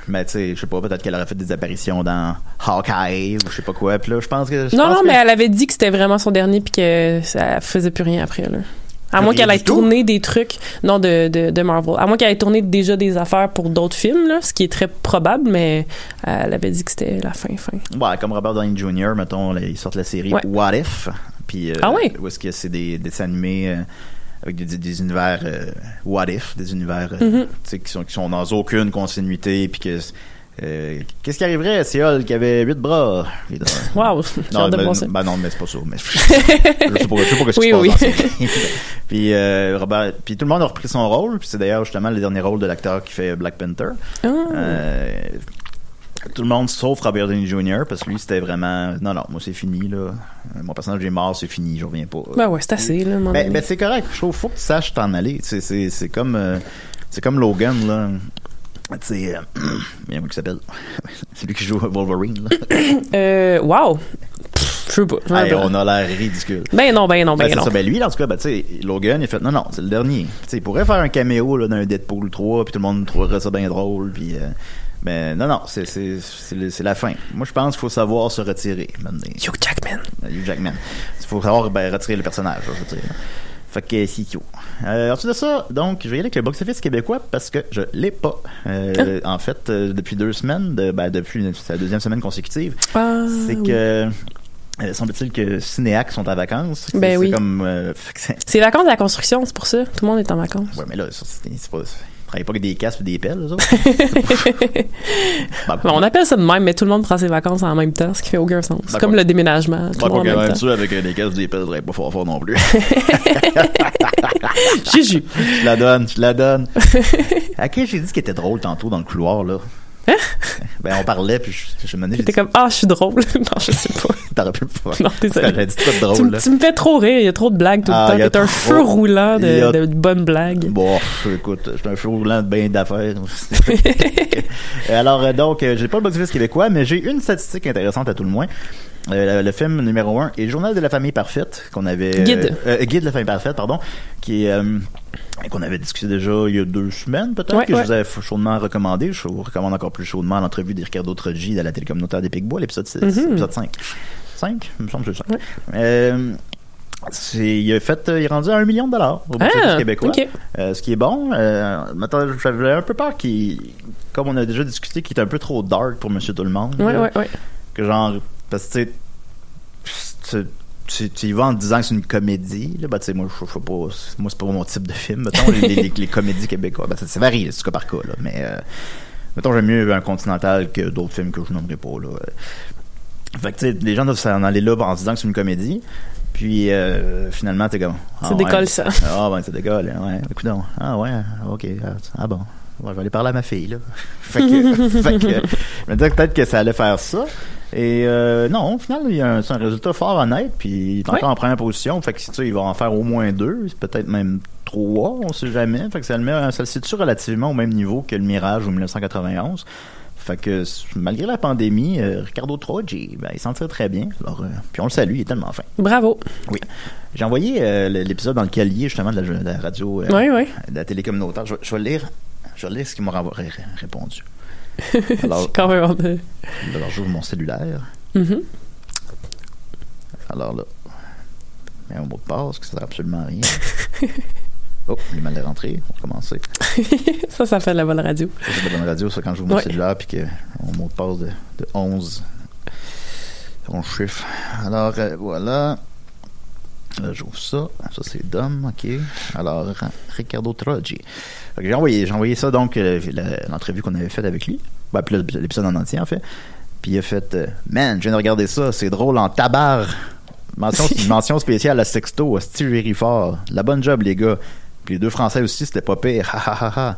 B: Mais tu sais, je sais pas, peut-être qu'elle aurait fait des apparitions dans Hawkeye ou je sais pas quoi. Puis là, je pense que. je
C: Non,
B: pense
C: non,
B: que-
C: mais elle avait dit que c'était vraiment son dernier puis que ça faisait plus rien après, là. À
B: Plus
C: moins
B: rien
C: qu'elle
B: du
C: ait
B: tout?
C: tourné des trucs, non, de, de, de Marvel. À moins qu'elle ait tourné déjà des affaires pour d'autres films, là, ce qui est très probable, mais euh, elle avait dit que c'était la fin, fin.
B: Ouais, comme Robert Downey Jr., mettons, là, ils sortent la série
C: Ouais.
B: What If. Puis, euh,
C: Ah ouais?
B: Où est-ce que c'est des, des dessins animés. euh, avec des, des- des univers euh, what if, des univers euh,
C: Mm-hmm.
B: tu sais, qui, sont, qui sont dans aucune continuité, puis que. euh, Qu'est-ce qui arriverait si Hulk avait huit bras? Et là-
C: Wow, j'ai
B: non,
C: hâte de
B: mais-
C: voir ça.
B: ben non, mais c'est pas ça. Mais je sais pas, je sais pas ce qui
C: Oui,
B: se passe
C: oui.
B: dans cette- puis, euh, Robert, puis tout le monde a repris son rôle. Puis c'est d'ailleurs justement le dernier rôle de l'acteur qui fait Black Panther.
C: Ah.
B: Euh, tout le monde sauf Robert Downey Jr. parce que lui c'était vraiment non non moi c'est fini là Euh, mon personnage est mort c'est fini je reviens pas
C: Ben ouais, c'est assez, là. à un moment
B: ben,
C: donné.
B: ben, c'est correct. Je trouve faut que tu saches t'en aller. C'est, c'est, c'est comme euh, c'est comme Logan là. Tu sais, euh, bien comment il s'appelle Celui qui joue Wolverine. Là.
C: Euh, wow. Pff, Je sais pas. je me
B: Hey,
C: rappelle.
B: on a l'air ridicule.
C: Ben non, ben non,
B: Ben,
C: ben,
B: c'est
C: non.
B: ça. Ben, lui, en tout cas, ben, tu sais, Logan, il a fait non, non, c'est le dernier. Tu sais, il pourrait faire un caméo là, dans un Deadpool 3, puis tout le monde trouverait ça bien drôle. Puis, euh, mais non, non, c'est, c'est, c'est, le- c'est la fin. Moi, je pense qu'il faut savoir se retirer. maintenant.
C: Hugh Jackman.
B: Hugh Jackman. Il faut savoir ben, retirer le personnage, je veux dire. Fait que c'est cute. Euh, ensuite de ça, donc, je vais y aller avec le box-office québécois parce que je l'ai pas. Euh, En fait, euh, depuis deux semaines, de- ben, depuis c'est la deuxième semaine consécutive,
C: Ah,
B: c'est
C: oui.
B: que... euh, semble-t-il que Cinéac sont en vacances.
C: Ben
B: C'est-
C: oui.
B: C'est comme... euh, fait que c'est-
C: C'est les vacances de la construction, c'est pour ça. Tout le monde est en vacances.
B: ouais, mais là, ça, c'est c'est pas... ils travaillent pas avec des casques ou des pelles, eux autres. bah, Ben,
C: Bon, on appelle ça de même, mais tout le monde prend ses vacances en même temps, ce qui fait aucun sens. C'est
B: Ben,
C: comme
B: quoi-
C: le déménagement. Tout
B: ben,
C: le monde
B: pas
C: en
B: que-
C: même
B: même
C: temps.
B: sûr, avec euh, des casques ou des pelles, je travaille pas fort fort non plus.
C: Juju.
B: Je la donne, je la donne. à qui j'ai dit qu'il était drôle tantôt dans le couloir, là?
C: Hein?
B: Ben, on parlait, puis je, je me disais,
C: T'es comme, ah, je suis drôle. non, je sais pas.
B: t'aurais pu le faire.
C: Non, désolé.
B: Elle a dit pas de
C: Tu,
B: drôle,
C: me-
B: là.
C: tu me fais trop rire, il y a trop de blagues tout
B: Ah, il y
C: le
B: a
C: temps. T'es un
B: trop-
C: feu roulant
B: il y
C: de,
B: a-
C: de bonnes blagues.
B: Bon, pff, écoute, je suis un feu roulant de bain d'affaires. Alors, euh, donc, euh, j'ai pas le box-office québécois, mais j'ai une statistique intéressante à tout le moins. Euh, le, le film numéro un est Journal de la famille parfaite, qu'on avait... euh,
C: Guide.
B: euh, Guide de la famille parfaite, pardon, qui est... euh, qu'on avait discuté déjà il y a deux semaines, peut-être,
C: Ouais,
B: que
C: ouais.
B: je vous avais f- chaudement recommandé. Je vous recommande encore plus chaudement l'entrevue de Ricardo Troggi à la télé communautaire des Picbois, l'épisode 6,
C: Mm-hmm.
B: épisode 5. 5? Il me semble que c'est 5. Euh, c'est- il a fait, euh, il est rendu à un million de dollars au box office
C: Ah,
B: québécois.
C: ok.
B: Euh, ce qui est bon. Euh, maintenant, j'avais un peu peur qu'il, comme on a déjà discuté, qu'il est un peu trop dark pour Monsieur Tout le Monde.
C: Ouais,
B: là.
C: ouais, ouais.
B: Que genre, parce que tu sais, tu- tu, tu y vas en disant que c'est une comédie. Là, ben, tu sais, moi, je je sais pas, moi, c'est pas mon type de film. Mettons, les, les- les- les comédies québécois. Ben, ça, ça varie, c'est du cas par cas, là, mais. euh, Mettons, j'aime mieux un continental que d'autres films que je nommerai pas. Là. Fait que, tu sais, les gens doivent s'en aller là en se disant que c'est une comédie. Puis, euh, finalement, t'es comme. Ah
C: Ça
B: ouais.
C: décolle, ça.
B: Ah, ben, ça décolle. hein, Ouais. Écoute, ah, ouais, ok. Ah, bon. Ouais, je vais aller parler à ma fille, là. fait que. fait que je me disais que peut-être que ça allait faire ça. Et euh, non, au final, il y a un- c'est un résultat fort honnête. Puis, il est encore
C: Ouais.
B: en première position. Fait que, tu sais, il va en faire au moins deux, peut-être même trois, on sait jamais. Fait que ça le, met, ça le situe relativement au même niveau que le Mirage ou 1991. Fait que s- malgré la pandémie, euh, Ricardo Troggi, ben, il s'en tire très bien. Alors, euh, puis on le salue, il est tellement fin.
C: Bravo.
B: Oui. J'ai envoyé euh, le- l'épisode dans le calier justement de la, de la radio, euh,
C: Oui, oui.
B: de la télé communautaire. Je, vais- je vais lire, je vais lire ce qu'ils m'ont renvo- ré- ré- répondu. Alors,
C: J'ai quand même hâte de-
B: alors j'ouvre mon cellulaire.
C: Mhm.
B: Alors là, mais un mot de passe, que ça sert absolument à rien. Oh, il est mal rentré. On va recommencer.
C: Ça, ça fait de la bonne radio.
B: Ça, C'est de la bonne radio, ça, quand je joue mon
C: Ouais.
B: cellulaire, puis que mon mot de passe de, de 11. 11 chiffres. Alors, euh, voilà. Là, j'ouvre ça. Ça, c'est Dom, OK. Alors, Ra- Ricardo Troggi. Fait que J'ai envoyé, j'ai envoyé ça, donc, euh, la- l'entrevue qu'on avait faite avec lui. Ben, puis le- l'épisode en entier, en fait. Puis il a fait euh, Man, je viens de regarder ça, c'est drôle en tabar. Mention, mention spéciale à Sexto, à Steve Vérifort. La bonne job, les gars. Puis les deux Français aussi, c'était pas pire. Ha ha ha ha.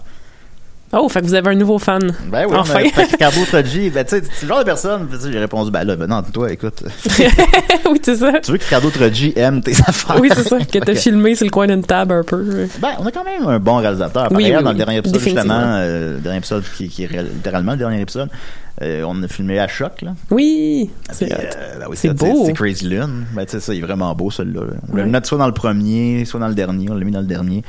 C: Oh, fait que vous avez un nouveau fan.
B: Ben oui,
C: Enfin.
B: mais, fait que Ricardo Troggi, ben tu sais, c'est le genre de personne, tu sais, j'ai répondu, ben là, ben non, toi, écoute,
C: oui, c'est ça.
B: tu veux que Ricardo Troggi aime tes affaires.
C: Oui, c'est ça. Que t'as
B: Ok.
C: filmé sur le coin d'une table un peu.
B: Ben, on a quand même un bon réalisateur. Par
C: Oui,
B: ailleurs,
C: oui,
B: dans
C: oui.
B: le dernier épisode, justement,
C: Définitivement.
B: euh, le dernier épisode qui, qui est ré- littéralement le dernier épisode, euh, on a filmé à choc, là.
C: Oui.
B: Puis,
C: C'est hot.
B: euh, ben oui,
C: C'est
B: ça, tu sais,
C: beau.
B: C'est Crazy Lune. Ben, tu sais, ça, il est vraiment beau, celui-là. On l'a
C: Ouais.
B: mis soit dans le premier, soit dans le dernier. On l'a mis dans le dernier.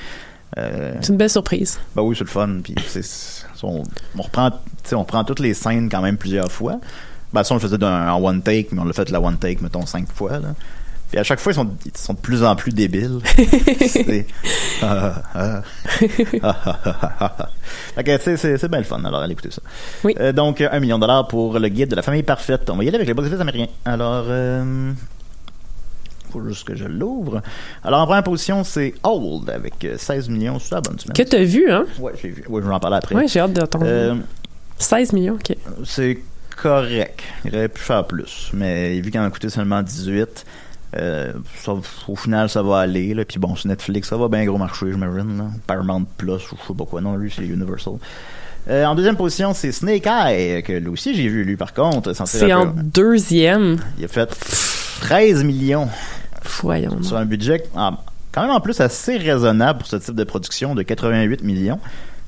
B: Euh,
C: C'est une belle surprise.
B: Ben oui, c'est le fun. Puis c'est- c'est- on, on reprend, tu sais, on reprend toutes les scènes quand même plusieurs fois. Ben ça, on le faisait d'un- en one take, mais on l'a fait la one take, mettons, cinq fois. Là. Puis à chaque fois, ils sont, ils sont de plus en plus débiles. c'est ah, ah, ah, ah, ah, ah, ah. Fait que, tu sais, c'est c'est bien le fun. Alors, allez écouter ça.
C: Oui.
B: Euh, donc, un million de dollars pour le guide de la famille parfaite. On va y aller avec les box-office américains. Alors, euh, faut juste que je l'ouvre. Alors, en première position, c'est Old avec euh, 16 millions. C'est la bonne semaine.
C: Que t'as vu, hein?
B: Ouais, j'ai vu. Ouais, je vais en parler après.
C: Ouais, j'ai hâte d'entendre.
B: Euh,
C: 16 millions, OK.
B: c'est correct. Il aurait pu faire plus. Mais vu qu'il en a coûté seulement 18, euh, ça- au final, ça va aller. Là. Puis bon, sur Netflix, ça va bien gros marché, j'imagine. là. Paramount Plus, ou je sais pas quoi. Non, lui, c'est Universal. Euh, en deuxième position, c'est Snake Eye, que lui aussi j'ai vu, lui par contre. sans tirer
C: C'est
B: un
C: en
B: peu.
C: deuxième.
B: Il a fait 13 millions
C: Voyons. donc.
B: sur un budget ah, quand même en plus assez raisonnable pour ce type de production de 88 millions.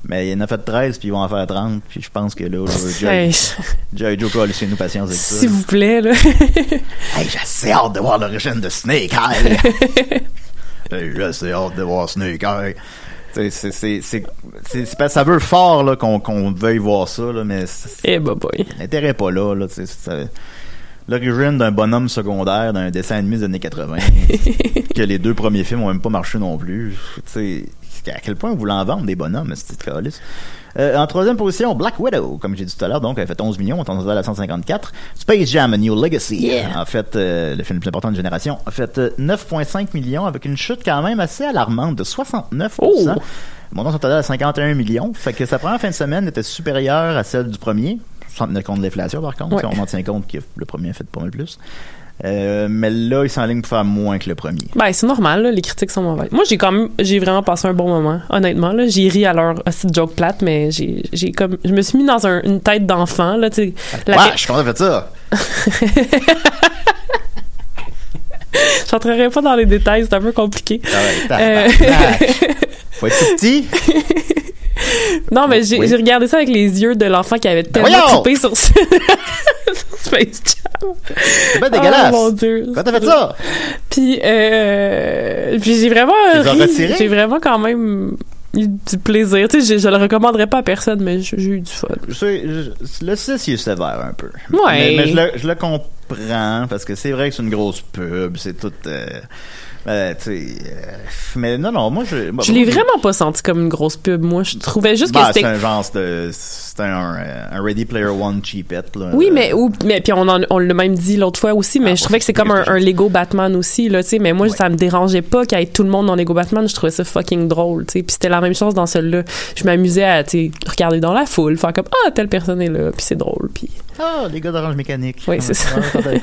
B: Mais il en a fait 13, puis ils vont en faire 30. Puis je pense que là, aujourd'hui, G.I.
C: Hey,
B: G.I. Joe Call, nous patience avec ça.
C: S'il vous plaît, là.
B: Hey, j'ai assez hâte de voir l'origine de Snake Eye. hey, j'ai assez hâte de voir Snake Eye. Tu sais, C'est, c'est, c'est, c'est- c'est parce que ça veut fort là, qu'on, qu'on veuille voir ça, là, mais c'est-
C: Eh, bah, boy.
B: l'intérêt est pas là. là tu sais, c'est- ça- l'origine d'un bonhomme secondaire d'un dessin animé des années 80, que les deux premiers films ont même pas marché non plus. Tu sais, à quel point on voulait en vendre des bonhommes, c'est de calice. Euh, en troisième position, Black Widow, comme j'ai dit tout à l'heure, donc elle fait 11 millions, on est à la 154. Space Jam, A New Legacy, en fait, euh, le film le plus important de génération, a fait euh, 9,5 millions avec une chute quand même assez alarmante de 69%.
C: Oh!
B: Mon nom total à 51 millions, fait que sa première fin de semaine était supérieure à celle du premier, sans tenir compte de l'inflation par contre,
C: Ouais.
B: si on en tient compte que le premier a fait pas mal plus. Euh, mais là, il s'enligne pour faire moins que le premier.
C: Ben, c'est normal, là, les critiques sont mauvaises. Moi, j'ai quand même, j'ai vraiment passé un bon moment, honnêtement. Là. J'ai ri à leur aussi de joke plate, mais j'ai, j'ai comme, je me suis mis dans un- une tête d'enfant, là, tu sais. La-
B: ouais, je suis content de faire ça.
C: Je rentrerai pas dans les détails, c'est un peu compliqué.
B: Ah ouais,
C: Euh,
B: tabarnak. Faut être tout petit.
C: Non, mais j'ai,
B: Oui. Ben
C: j'ai regardé ça avec les yeux de l'enfant qui avait tellement
B: voyons!
C: trippé sur ce... sur Space Jam.
B: C'est pas
C: Oh
B: dégueulasse.
C: mon dieu.
B: Quand t'as fait ça?
C: Puis, euh, puis j'ai vraiment
B: Tu les as
C: ri.
B: retirés?
C: J'ai vraiment quand même eu du plaisir. Tu sais, je, je le recommanderais pas à personne, mais j'ai, j'ai eu du fun.
B: Je sais, je- le 6, il est sévère un peu.
C: Ouais.
B: Mais, mais je, le, je le comprends, parce que c'est vrai que c'est une grosse pub, c'est tout... euh, euh, tu sais, euh, mais non, non, moi, je...
C: Je l'ai vraiment pas senti comme une grosse pub, moi. Je trouvais juste que
B: Bah, c'est
C: c'était...
B: un genre de... C'est un, euh, un Ready Player One cheapette, là.
C: Oui, mais, ou, mais puis on, en- on l'a même dit l'autre fois aussi, mais
B: Ah,
C: je trouvais que c'est
B: ouais,
C: comme un,
B: c'est
C: un Lego Batman aussi, là, tu sais, mais moi,
B: Ouais.
C: ça me dérangeait pas qu'il y ait tout le monde dans Lego Batman, je trouvais ça fucking drôle, tu sais, puis c'était la même chose dans celui-là. Je m'amusais à, tu sais, regarder dans la foule, faire comme, ah, telle personne est là, puis c'est drôle, puis
B: Ah, les gars d'Orange Mécanique.
C: Oui, c'est ça.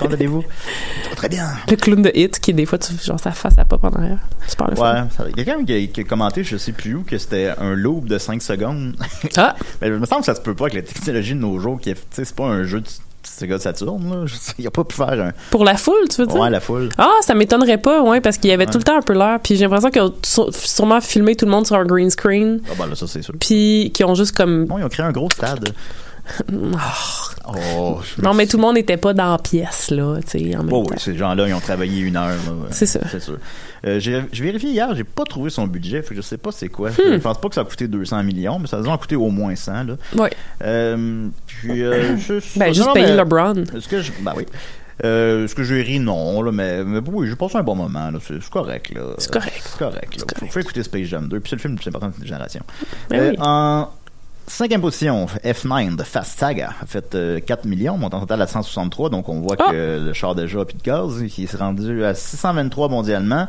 B: Quand allez-vous? Très bien.
C: le clown de Hit, qui des fois, tu genre, sa face à pop en arrière, super le fun.
B: Ouais, ça- il y a quelqu'un qui, a- qui a commenté, je sais plus où, que c'était un loop de 5 secondes.
C: Ah,
B: Mais il me semble que ça se peut pas avec la technologie de nos jours, qui est, tu sais, c'est pas un jeu de Sega Saturn, là. Je sais, Il a pas pu faire
C: pour la foule, tu veux
B: un.
C: dire?
B: Ouais, la foule.
C: Ah, ça m'étonnerait pas, ouais, parce qu'il y avait
B: Ouais.
C: tout le temps un peu l'air, puis j'ai l'impression qu'ils ont sû- sûrement filmé tout le monde sur un green screen,
B: Ah, bah là, ça, c'est sûr.
C: puis qu'ils ont juste comme... ah,
B: Bon, ils ont créé un gros stade. Oh, je-
C: Non, mais tout le monde n'était pas dans la pièce, là, tu sais, en même
B: Oh,
C: temps.
B: oui, ces gens-là, ils ont travaillé une heure. là, ouais.
C: C'est ça.
B: C'est sûr. Euh, j'ai j'ai vérifié hier, j'ai pas trouvé son budget, fait que je sais pas c'est quoi.
C: Hmm.
B: Je pense pas que ça a coûté 200 millions, mais ça doit en coûter au moins 100, là.
C: Ouais.
B: Euh, puis, euh, je-
C: Ben,
B: non,
C: juste
B: non,
C: payer
B: mais-
C: LeBron.
B: Est-ce que je. Bah oui. Euh, Est-ce que j'ai ri? Non, là, mais, mais oui, j'ai passé un bon moment. là, C'est c'est correct. là.
C: C'est correct.
B: C'est correct. là.
C: C'est correct.
B: Faut, faut écouter Space Jam 2, puis c'est le film le plus important de cette génération.
C: Ben
B: Euh,
C: oui.
B: En cinquième position, F9 de Fast Saga a fait euh, 4 millions, montant total à 163, donc on voit
C: Ah!
B: que le char déjà a plus de gaz, qui s'est rendu à 623 mondialement.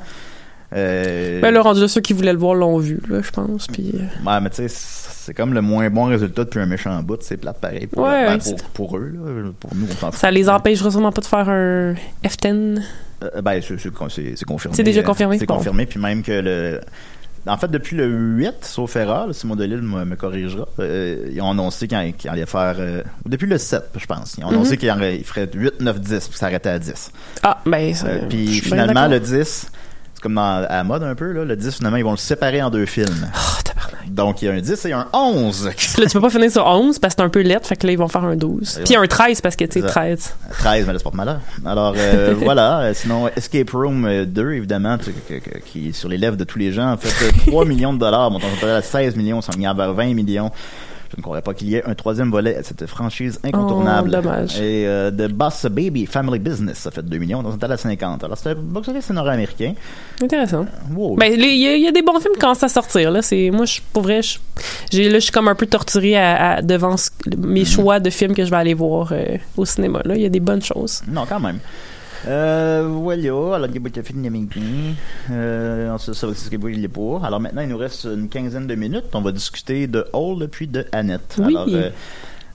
B: Euh,
C: Ben, le rendu là, ceux qui voulaient le voir l'ont vu, là, je pense. Puis, euh,
B: Ouais, mais tu sais, c'est comme le moins bon résultat depuis un méchant bout, c'est plate pareil. Pour,
C: Ouais,
B: ben,
C: ouais,
B: pour, pour eux, là, pour nous, on s'en fout.
C: ça les empêchera sûrement pas de faire un F10.
B: Euh, ben, c'est- c'est con- c'est c'est confirmé.
C: C'est déjà
B: Euh,
C: confirmé?
B: C'est
C: Bon.
B: confirmé, puis même que le. En fait, depuis le 8, sauf erreur, là, Simon Delille me, me corrigera, euh, ils ont annoncé qu'ils allaient- qu'ils allaient faire. euh, depuis le 7, je pense. Ils ont annoncé
C: Mhm.
B: qu'ils allaient- ils feraient 8, 9, 10, puis s'arrêter à 10.
C: Ah, ben, ça,
B: Euh,
C: je
B: puis
C: suis bien
B: finalement, le
C: d'accord.
B: 10, c'est comme dans, à la mode un peu, là, le 10, finalement, ils vont le séparer en deux films.
C: Oh, tabarnak.
B: Donc, il y a un 10 et un 11. qui-
C: Puis là, tu peux pas finir sur 11 parce que c'est un peu lettre, fait que là, ils vont faire un 12.
B: Et
C: Puis un 13 parce que, tu sais,
B: Exact.
C: 13.
B: 13, mais là, c'est pas malheur. Alors, euh, voilà. Euh, Sinon, Escape Room euh, 2, évidemment, tu- que- que- qui est sur les lèvres de tous les gens, a fait euh, 3 millions de dollars, montant total à 16 millions, s'en vient vers 20 millions. Je ne croirais pas qu'il y ait un troisième volet à cette franchise incontournable.
C: Oh, dommage.
B: Et euh, The Boss Baby Family Business, ça fait 2 millions, dans un total à 50. Alors, c'était un box-office nord-américain.
C: Intéressant.
B: Wow.
C: Ben, les- il y, a- il y a des bons films qui commencent à sortir, là. C'est, moi, je, pour vrai, je, j'ai, là, je suis comme un peu torturée à, à- devant
B: Mhm.
C: ce- mes choix de films que je vais aller voir euh, au cinéma, là. Il y a des bonnes choses.
B: Non, quand même. Euh, voilà, alors que café de Namibie. Euh, ça, ça va c'est ce que vous voulez pour. Alors maintenant, il nous reste une quinzaine de minutes. On va discuter de Hall puis de Annette.
C: Oui.
B: Alors, euh,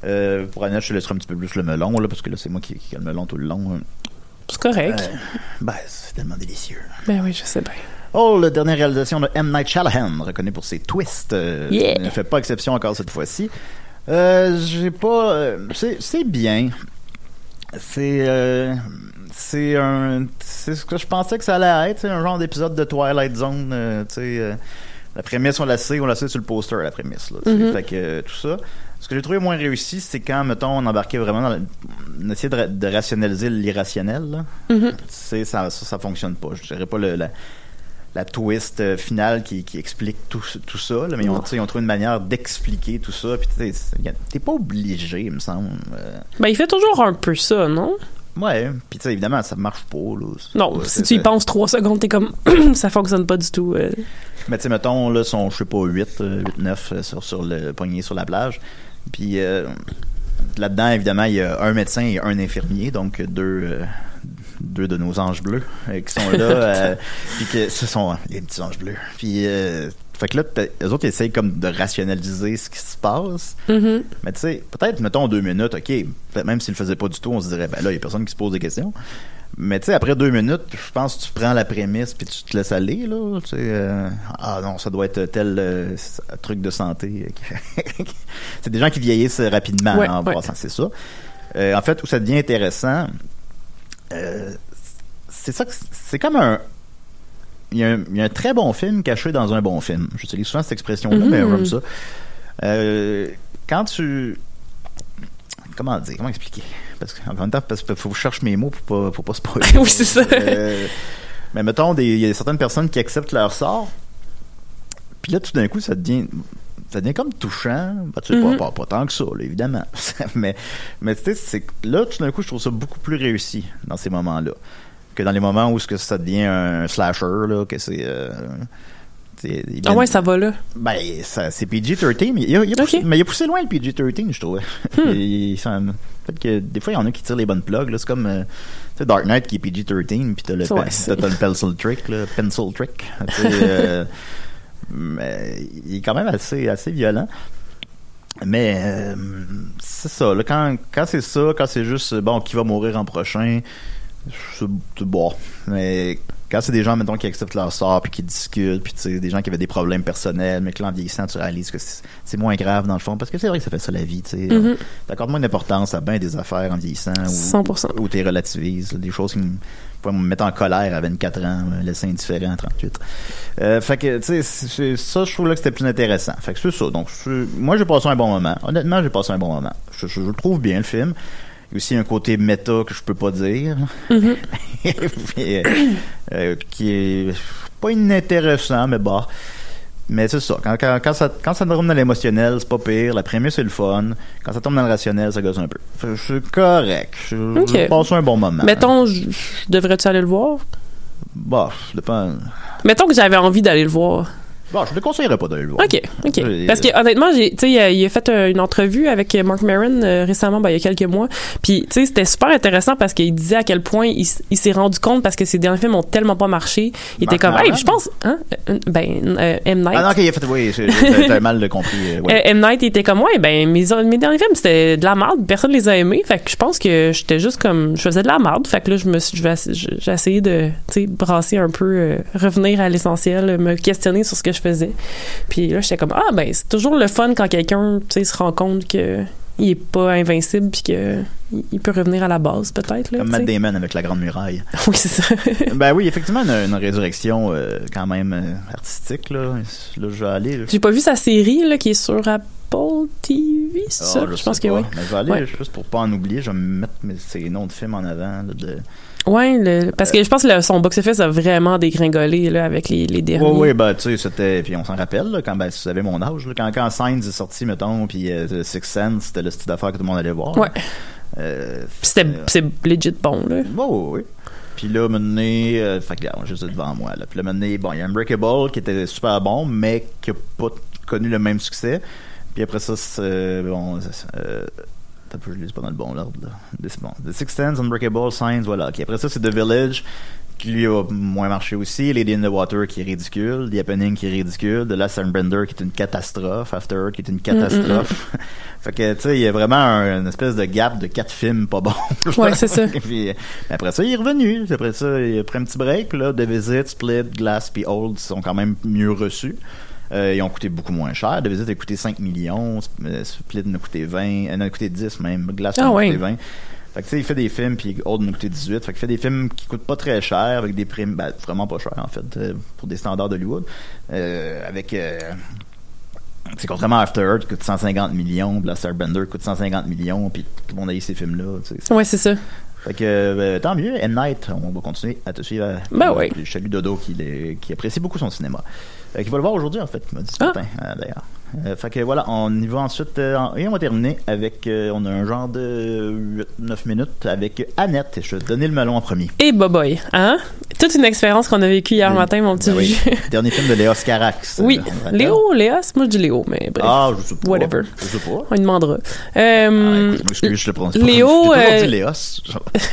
B: euh, pour Annette, je te laisserai un petit peu plus le melon, là, parce que là, c'est moi qui, qui ai le melon tout le long.
C: C'est correct.
B: Euh, ben, c'est tellement délicieux.
C: Ben oui, je sais bien.
B: Oh, la dernière réalisation de M. Night Shyamalan, reconnu pour ses twists, euh,
C: Yeah.
B: ne fait pas exception encore cette fois-ci. Euh, J'ai pas. euh, c'est c'est bien. C'est. euh, c'est un. C'est ce que je pensais que ça allait être, c'est un genre d'épisode de Twilight Zone, euh, tu sais. euh, la prémisse, on la sait, on la sait sur le poster, la prémisse. Là, tu sais. Fait que euh, tout ça. Ce que j'ai trouvé moins réussi, c'est quand, mettons, on embarquait vraiment dans la- on essayait de, ra- de rationaliser l'irrationnel. là. Tu sais, ça, ça, ça fonctionne pas. Je dirais pas le, la, la twist euh, finale qui, qui explique tout, ce- tout ça. là, mais on, tu sais, ils ont trouvé une manière d'expliquer tout ça. Puis tu sais, c'est- y a- t'es pas obligé, il me semble. Euh,
C: Ben, il fait toujours un peu ça, non?
B: ouais. Puis tu sais, évidemment, ça marche pas. Là, C'est
C: Non,
B: pas-
C: si
B: c'est-
C: tu y
B: c'est-
C: penses trois secondes, t'es comme ça fonctionne pas du tout. euh.
B: Mais tu sais, mettons, là, sont, je sais pas, euh, 8, 8, 9 sur, sur le poignet sur la plage. Puis euh, là-dedans, évidemment, il y a un médecin et un infirmier, donc deux, euh, deux de nos anges bleus euh, qui sont là. euh, puis que ce sont les petits anges bleus. Puis, euh, fait que là, t'as- eux autres, ils essayent comme de rationaliser ce qui se passe. Mais tu sais, peut-être, mettons, deux minutes, OK, peut-être même s'ils le faisaient pas du tout, on se dirait, ben là, il y a personne qui se pose des questions. Mais tu sais, après deux minutes, je pense que tu prends la prémisse puis tu te laisses aller, là. Tu sais, euh, ah non, ça doit être tel euh, s- truc de santé. euh, c'est des gens qui vieillissent rapidement
C: Ouais,
B: en
C: ouais.
B: passant, c'est ça. Euh, en fait, où ça devient intéressant, euh, c'est ça que c- c'est comme un. Il y, a un, il y a un très bon film caché dans un bon film. J'utilise souvent cette expression-là, mais comme ça. Euh, quand tu. Comment dire Comment expliquer Parce que, en même temps, parce que faut que je cherche mes mots pour pas, pour pas spoiler.
C: Oui, c'est ça.
B: Euh, mais mettons, des- il y a certaines personnes qui acceptent leur sort. Puis là, tout d'un coup, ça devient. Ça devient comme touchant. Bah, tu sais, pas-
C: Mhm.
B: pas, pas tant que ça, là, évidemment. mais mais tu sais, c'est que là, tout d'un coup, je trouve ça beaucoup plus réussi dans ces moments-là que dans les moments où ce que ça devient un slasher, là, que c'est. euh, tu sais, ils
C: Ah
B: viennent-
C: ouais, ça va là.
B: ben, ça, c'est PG-13, mais il a, il a poussé,
C: Ok. Hmm.
B: mais il a poussé loin le PG-13, je trouvais. Et il s'en- Peut-être que des fois, il y en a qui tirent les bonnes plugs. là. C'est comme euh, tu sais, Dark Knight qui est PG-13, puis t'as le,
C: Ouais,
B: pe-
C: c'est-
B: t'as le pencil trick. Là, pencil trick Tu sais, euh, mais il est quand même assez, assez violent. Mais euh, c'est ça. Là, quand quand c'est ça, quand c'est juste, bon, qui va mourir en prochain, c'est c'est bon. Mais quand c'est des gens, mettons, qui acceptent leur sort, puis qui discutent, puis tu sais, des gens qui avaient des problèmes personnels, mais que là, en vieillissant, tu réalises que c'est c'est moins grave, dans le fond, parce que c'est vrai que ça fait ça la vie, tu sais.
C: Mhm.
B: T'accordes moins d'importance à bien des affaires en vieillissant, ou,
C: 100%.
B: ou t'es relativises, des choses qui me pouvaient me mettre en colère à 24 ans, me laisser indifférent à 38. Euh, fait que, tu sais, c'est- c'est- ça, je trouve là que c'était plus intéressant. Fait que c'est ça. Donc, c'est- moi, j'ai passé un bon moment. Honnêtement, j'ai passé un bon moment. Je, je- je le trouve bien, le film. Il y a aussi un côté méta que je peux pas dire. Puis, euh, euh, qui est pas inintéressant, mais bah. Mais c'est ça. Quand, quand, quand ça. quand ça tombe dans l'émotionnel, c'est pas pire. La prémisse, c'est le fun. Quand ça tombe dans le rationnel, ça gosse un peu. Fait que C'est correct. Je, je
C: Ok.
B: passe un bon moment.
C: Mettons, je- je devrais-tu aller le voir?
B: Bah, je dépend.
C: Mettons que j'avais envie d'aller le voir.
B: Bah, je ne conseillerais pas d'aller le voir.
C: OK, OK.
B: Oui.
C: Parce que honnêtement, j'ai tu sais il a- il a fait euh, une entrevue avec euh, Mark Maron euh, récemment ben, il y a quelques mois. Puis tu sais c'était super intéressant parce qu'il disait à quel point il, s- il s'est rendu compte parce que ses derniers films ont tellement pas marché, il
B: Mark
C: était comme
B: Maron?
C: hey, je pense hein euh, ben euh, M Night.
B: Ben, Ah non, ok, il a fait, oui, c'est- j'ai j'ai mal compris. euh, ouais.
C: Euh, M. Night il était comme ouais ben mes, mes derniers films c'était de la merde personne les a aimés fait que je pense que j'étais juste comme je faisais de la merde fait que là je me suis- je vais essa- je- j'ai essayé de tu sais brasser un peu euh, revenir à l'essentiel euh, me questionner sur ce que je faisais puis là j'étais comme ah ben c'est toujours le fun quand quelqu'un tu sais se rend compte que il est pas invincible puis que il- il peut revenir à la base peut-être là
B: Comme
C: tu
B: Matt
C: sais.
B: Damon avec la Grande Muraille.
C: oui c'est ça
B: ben oui, effectivement, une, une résurrection euh, quand même euh, artistique. Là. là, je vais aller. là.
C: j'ai pas vu sa série là qui est sur Apple TV c'est
B: Ah,
C: ça je,
B: sais
C: pense que
B: pas.
C: oui
B: Mais je vais aller
C: Ouais.
B: juste pour pas en oublier. Je vais me mettre mes, ces noms de films en avant. là, de...
C: Ouais, le- parce que je pense que le- son box-office a vraiment dégringolé là, avec les, les
B: Oui,
C: derniers.
B: oui, ben tu sais, c'était. Puis on s'en rappelle, là, quand ben, tu savais mon âge. là, quand, quand Signs est sorti, mettons, puis euh, Six Sense, c'était le style d'affaires que tout le monde allait voir.
C: Ouais.
B: Euh,
C: Puis c'était c'est legit bon, là.
B: Ouais, ouais, ouais. Bah Puis là, mené, euh, fait que là, j'ai ça devant moi. Là. Puis là, mené, bon, il y a Unbreakable qui était super bon, mais qui a pas t- connu le même succès. Puis après ça, c'est, euh, bon, c'est- euh, T'as peu, je lis pas dans le bon ordre. Là. This- bon, The Six Sense, Unbreakable, Signs, voilà. Ok, après ça, c'est The Village, qui lui a moins marché aussi. Lady in the Water, qui est ridicule. The Happening, qui est ridicule. The Last Sunbender, qui est une catastrophe. After Earth, qui est une catastrophe. fait que, tu sais, il y a vraiment un- une espèce de gap de quatre films pas bons.
C: Ouais, c'est ça.
B: Et puis, euh, après ça, il est revenu. Puis Après ça, il a pris un petit break. Puis là, The Visit, Split, Glass puis Old sont quand même mieux reçus. Euh, ils ont coûté beaucoup moins cher. The Visit a coûté 5 millions. Sp- euh, Split nous a coûté 20. Euh, non, a coûté 10 même. Glass
C: Ah
B: nous a
C: ouais.
B: coûté 20. Fait que, tu sais, il fait des films, puis Old nous a coûté 18. Fait qu'il fait des films qui coûtent pas très cher, avec des primes, ben, vraiment pas cher, en fait, euh, pour des standards d'Hollywood. Euh, avec, euh, c'est contrairement à After Earth, qui coûte 150 millions, puis Last Airbender coûte 150 millions, puis tout le monde a eu ces films-là, tu sais.
C: Ouais, c'est ça.
B: Fait que euh, tant mieux, M. Night, on va continuer à te suivre. à-
C: Ben oui.
B: Je salue Dodo qui, l'est- qui apprécie beaucoup son cinéma. Euh, qui va le voir aujourd'hui, en fait, il m'a dit ce
C: Ah.
B: matin, euh, d'ailleurs. Euh, fait que voilà, on y va ensuite. euh, en- et on va terminer avec. euh, on a un genre de 8-9 minutes avec Annette. Je vais te donner le melon en premier.
C: Et Boboy, hein? Toute une expérience qu'on a vécue hier
B: Oui.
C: matin, mon petit
B: Ben oui.
C: vieux.
B: Dernier film de Léos Carax.
C: Oui,
B: Euh, on rappelle.
C: Léo, Léos, moi je dis Léo, mais bref,
B: Ah, je sais pas.
C: Whatever.
B: Je sais pas.
C: on lui demandera.
B: Ah,
C: Euh,
B: écoute, excuse, je le prononce pas.
C: Léo,
B: J'ai toujours
C: euh,
B: dit Léos.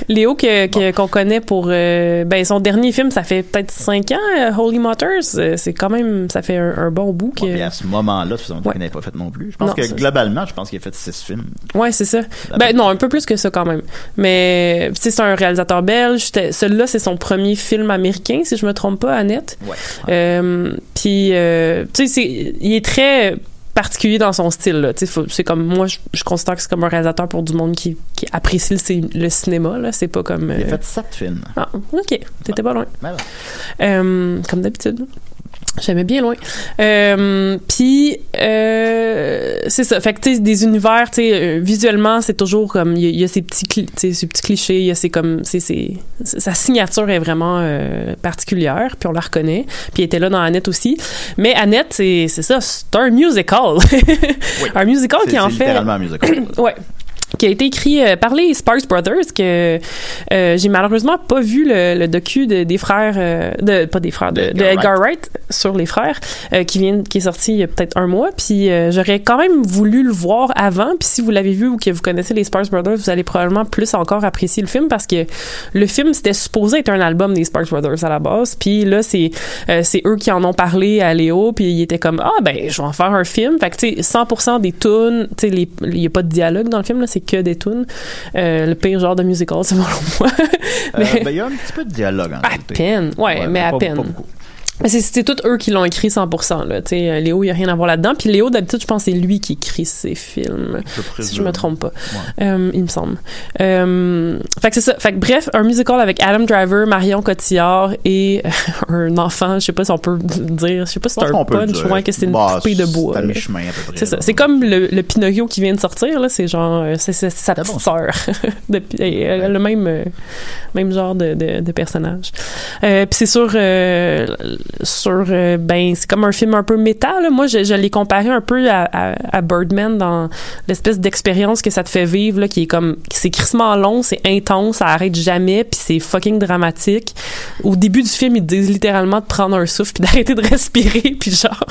C: Léo que- que- qu'on connaît pour euh, ben son dernier film, ça fait peut-être cinq ans, euh, Holy Motors, euh, c'est quand même ça fait un, un bon bout que.
B: Ouais, puis à ce moment-là, ça faisait longtemps
C: Ouais.
B: qu'il n'avait pas fait non plus. Je pense
C: Non,
B: que
C: ça-
B: globalement, je pense qu'il a fait 6 films.
C: Ouais, c'est ça. Ben non, un peu plus que ça quand même. Mais tu sais, c'est un réalisateur belge. C'était- Celui-là, c'est son premier film américain, si je me trompe pas, Annette.
B: Ouais.
C: Euh, Puis euh, tu sais, c'est- il est très particulier dans son style. là. Tu sais, faut- C'est comme moi, je, je considère que c'est comme un réalisateur pour du monde qui, qui apprécie le, cin- le cinéma. Là, c'est pas comme.
B: Il a
C: euh,
B: fait 7 films.
C: Ah, ok, t'étais pas loin.
B: Voilà.
C: Euh, comme d'habitude. J'aimais bien loin. Euh, Puis, euh, c'est ça. Fait que, tu sais, des univers, tu sais, euh, visuellement, c'est toujours comme. Il y, a- il y a ces petits, cli- tu sais, ces petits clichés, il y a ces comme. c'est c'est- sa signature est vraiment euh, particulière, puis on la reconnaît. Puis, elle était là dans Annette aussi. Mais Annette, c'est c'est ça, c'est un musical. un musical
B: C'est-
C: qui, en
B: c'est
C: fait.
B: littéralement un musical. Euh,
C: Ouais. Qui a été écrit euh, par les Sparks Brothers, que euh, j'ai malheureusement pas vu le, le docu de- des frères, euh, de, pas des frères, de, de Edgar, Wright sur les frères, euh, qui, vient, qui est sorti il y a peut-être un mois. Puis euh, j'aurais quand même voulu le voir avant. Puis si vous l'avez vu ou que vous connaissez les Sparks Brothers, vous allez probablement plus encore apprécier le film parce que le film, c'était supposé être un album des Sparks Brothers à la base. Puis là, c'est euh, c'est eux qui en ont parlé à Léo. Puis il était comme Ah, ben, je vais en faire un film. Fait que, tu sais, 100% des tunes, tu sais, les- il n'y a pas de dialogue dans le film, là, c'est que des tunes. Euh, le pire genre de musical, selon moi.
B: Euh,
C: Mais-
B: ben, il y a un petit peu de dialogue en
C: à
B: réalité.
C: peine. Ouais, mais à
B: pas-
C: peine.
B: pas beaucoup.
C: Mais c'est- c'est tous eux qui l'ont écrit 100%. Là. Tu sais, euh, Léo, il n'y a rien à voir là-dedans. Puis Léo, d'habitude, je pense que c'est lui qui écrit ses films. Si je me trompe pas. Euh, il me semble. Euh, fait que c'est ça. Fait que bref, un musical avec Adam Driver, Marion Cotillard et un enfant, je sais pas si on peut dire, je sais pas
B: Je pense
C: si c'est un
B: qu'on peut le
C: punch,
B: dire.
C: ouais, que c'est une
B: Bah,
C: poupée de bois.
B: C'est à
C: là.
B: mi-chemin à peu près.
C: C'est ça.
B: là.
C: C'est comme le, le Pinocchio qui vient de sortir, là. C'est genre, euh, c'est c'est sa
B: Ah bon?
C: petite sœur. De- elle a le même, euh, même genre de, de, de personnage. Euh, Puis c'est sur, euh, sur euh, ben, c'est comme un film un peu méta, là. Moi, je, je l'ai comparé un peu à, à, à Birdman dans l'espèce d'expérience que ça te fait vivre, là, qui est comme, c'est crissement long, c'est intense, ça arrête jamais, puis c'est fucking dramatique. Au début du film, ils te disent littéralement de prendre un souffle puis d'arrêter de respirer, puis genre,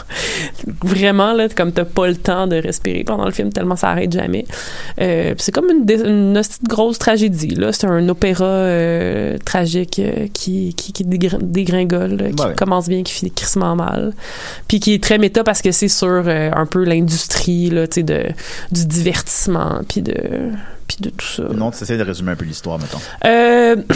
C: vraiment là comme t'as pas le temps de respirer pendant le film tellement ça arrête jamais euh, puis c'est comme une, dé- une hostie de grosse tragédie là c'est un opéra euh, tragique euh, qui qui, qui dégr- dégringole là, qui
B: Ouais.
C: commence bien qui finit crissement mal puis qui est très méta parce que c'est sur euh, un peu l'industrie là tu sais de du divertissement puis de puis de tout ça
B: Non, tu essaies de résumer un peu l'histoire, mettons.
C: Euh,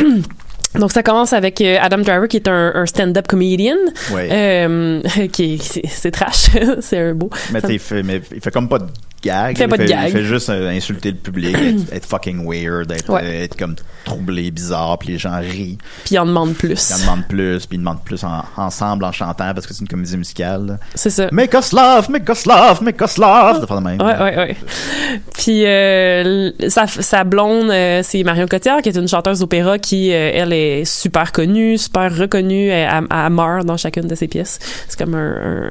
C: Donc ça commence avec euh, Adam Driver qui est un, un stand-up comedian
B: Ouais.
C: euh, qui est- c'est- c'est trash c'est un beau
B: mais,
C: ça-
B: t'sais, il fait, mais il fait comme pas de gag.
C: Il fait pas de gag.
B: Il fait juste euh, insulter le public, être, être fucking weird, être,
C: Ouais.
B: euh, être comme troublé, bizarre, puis les gens rient.
C: puis il en demande plus
B: Ils en demandent plus, puis ils demandent plus en- ensemble en chantant parce que c'est une comédie musicale. là.
C: C'est ça.
B: Make us laugh, make us laugh, make us laugh. De faire de même.
C: Ouais, ouais, ouais. Puis euh, l- sa, sa blonde, euh, c'est Marion Cotillard, qui est une chanteuse d'opéra qui, euh, elle, est super connue, super reconnue. Elle, elle- elle meurt dans chacune de ses pièces. C'est comme un, un,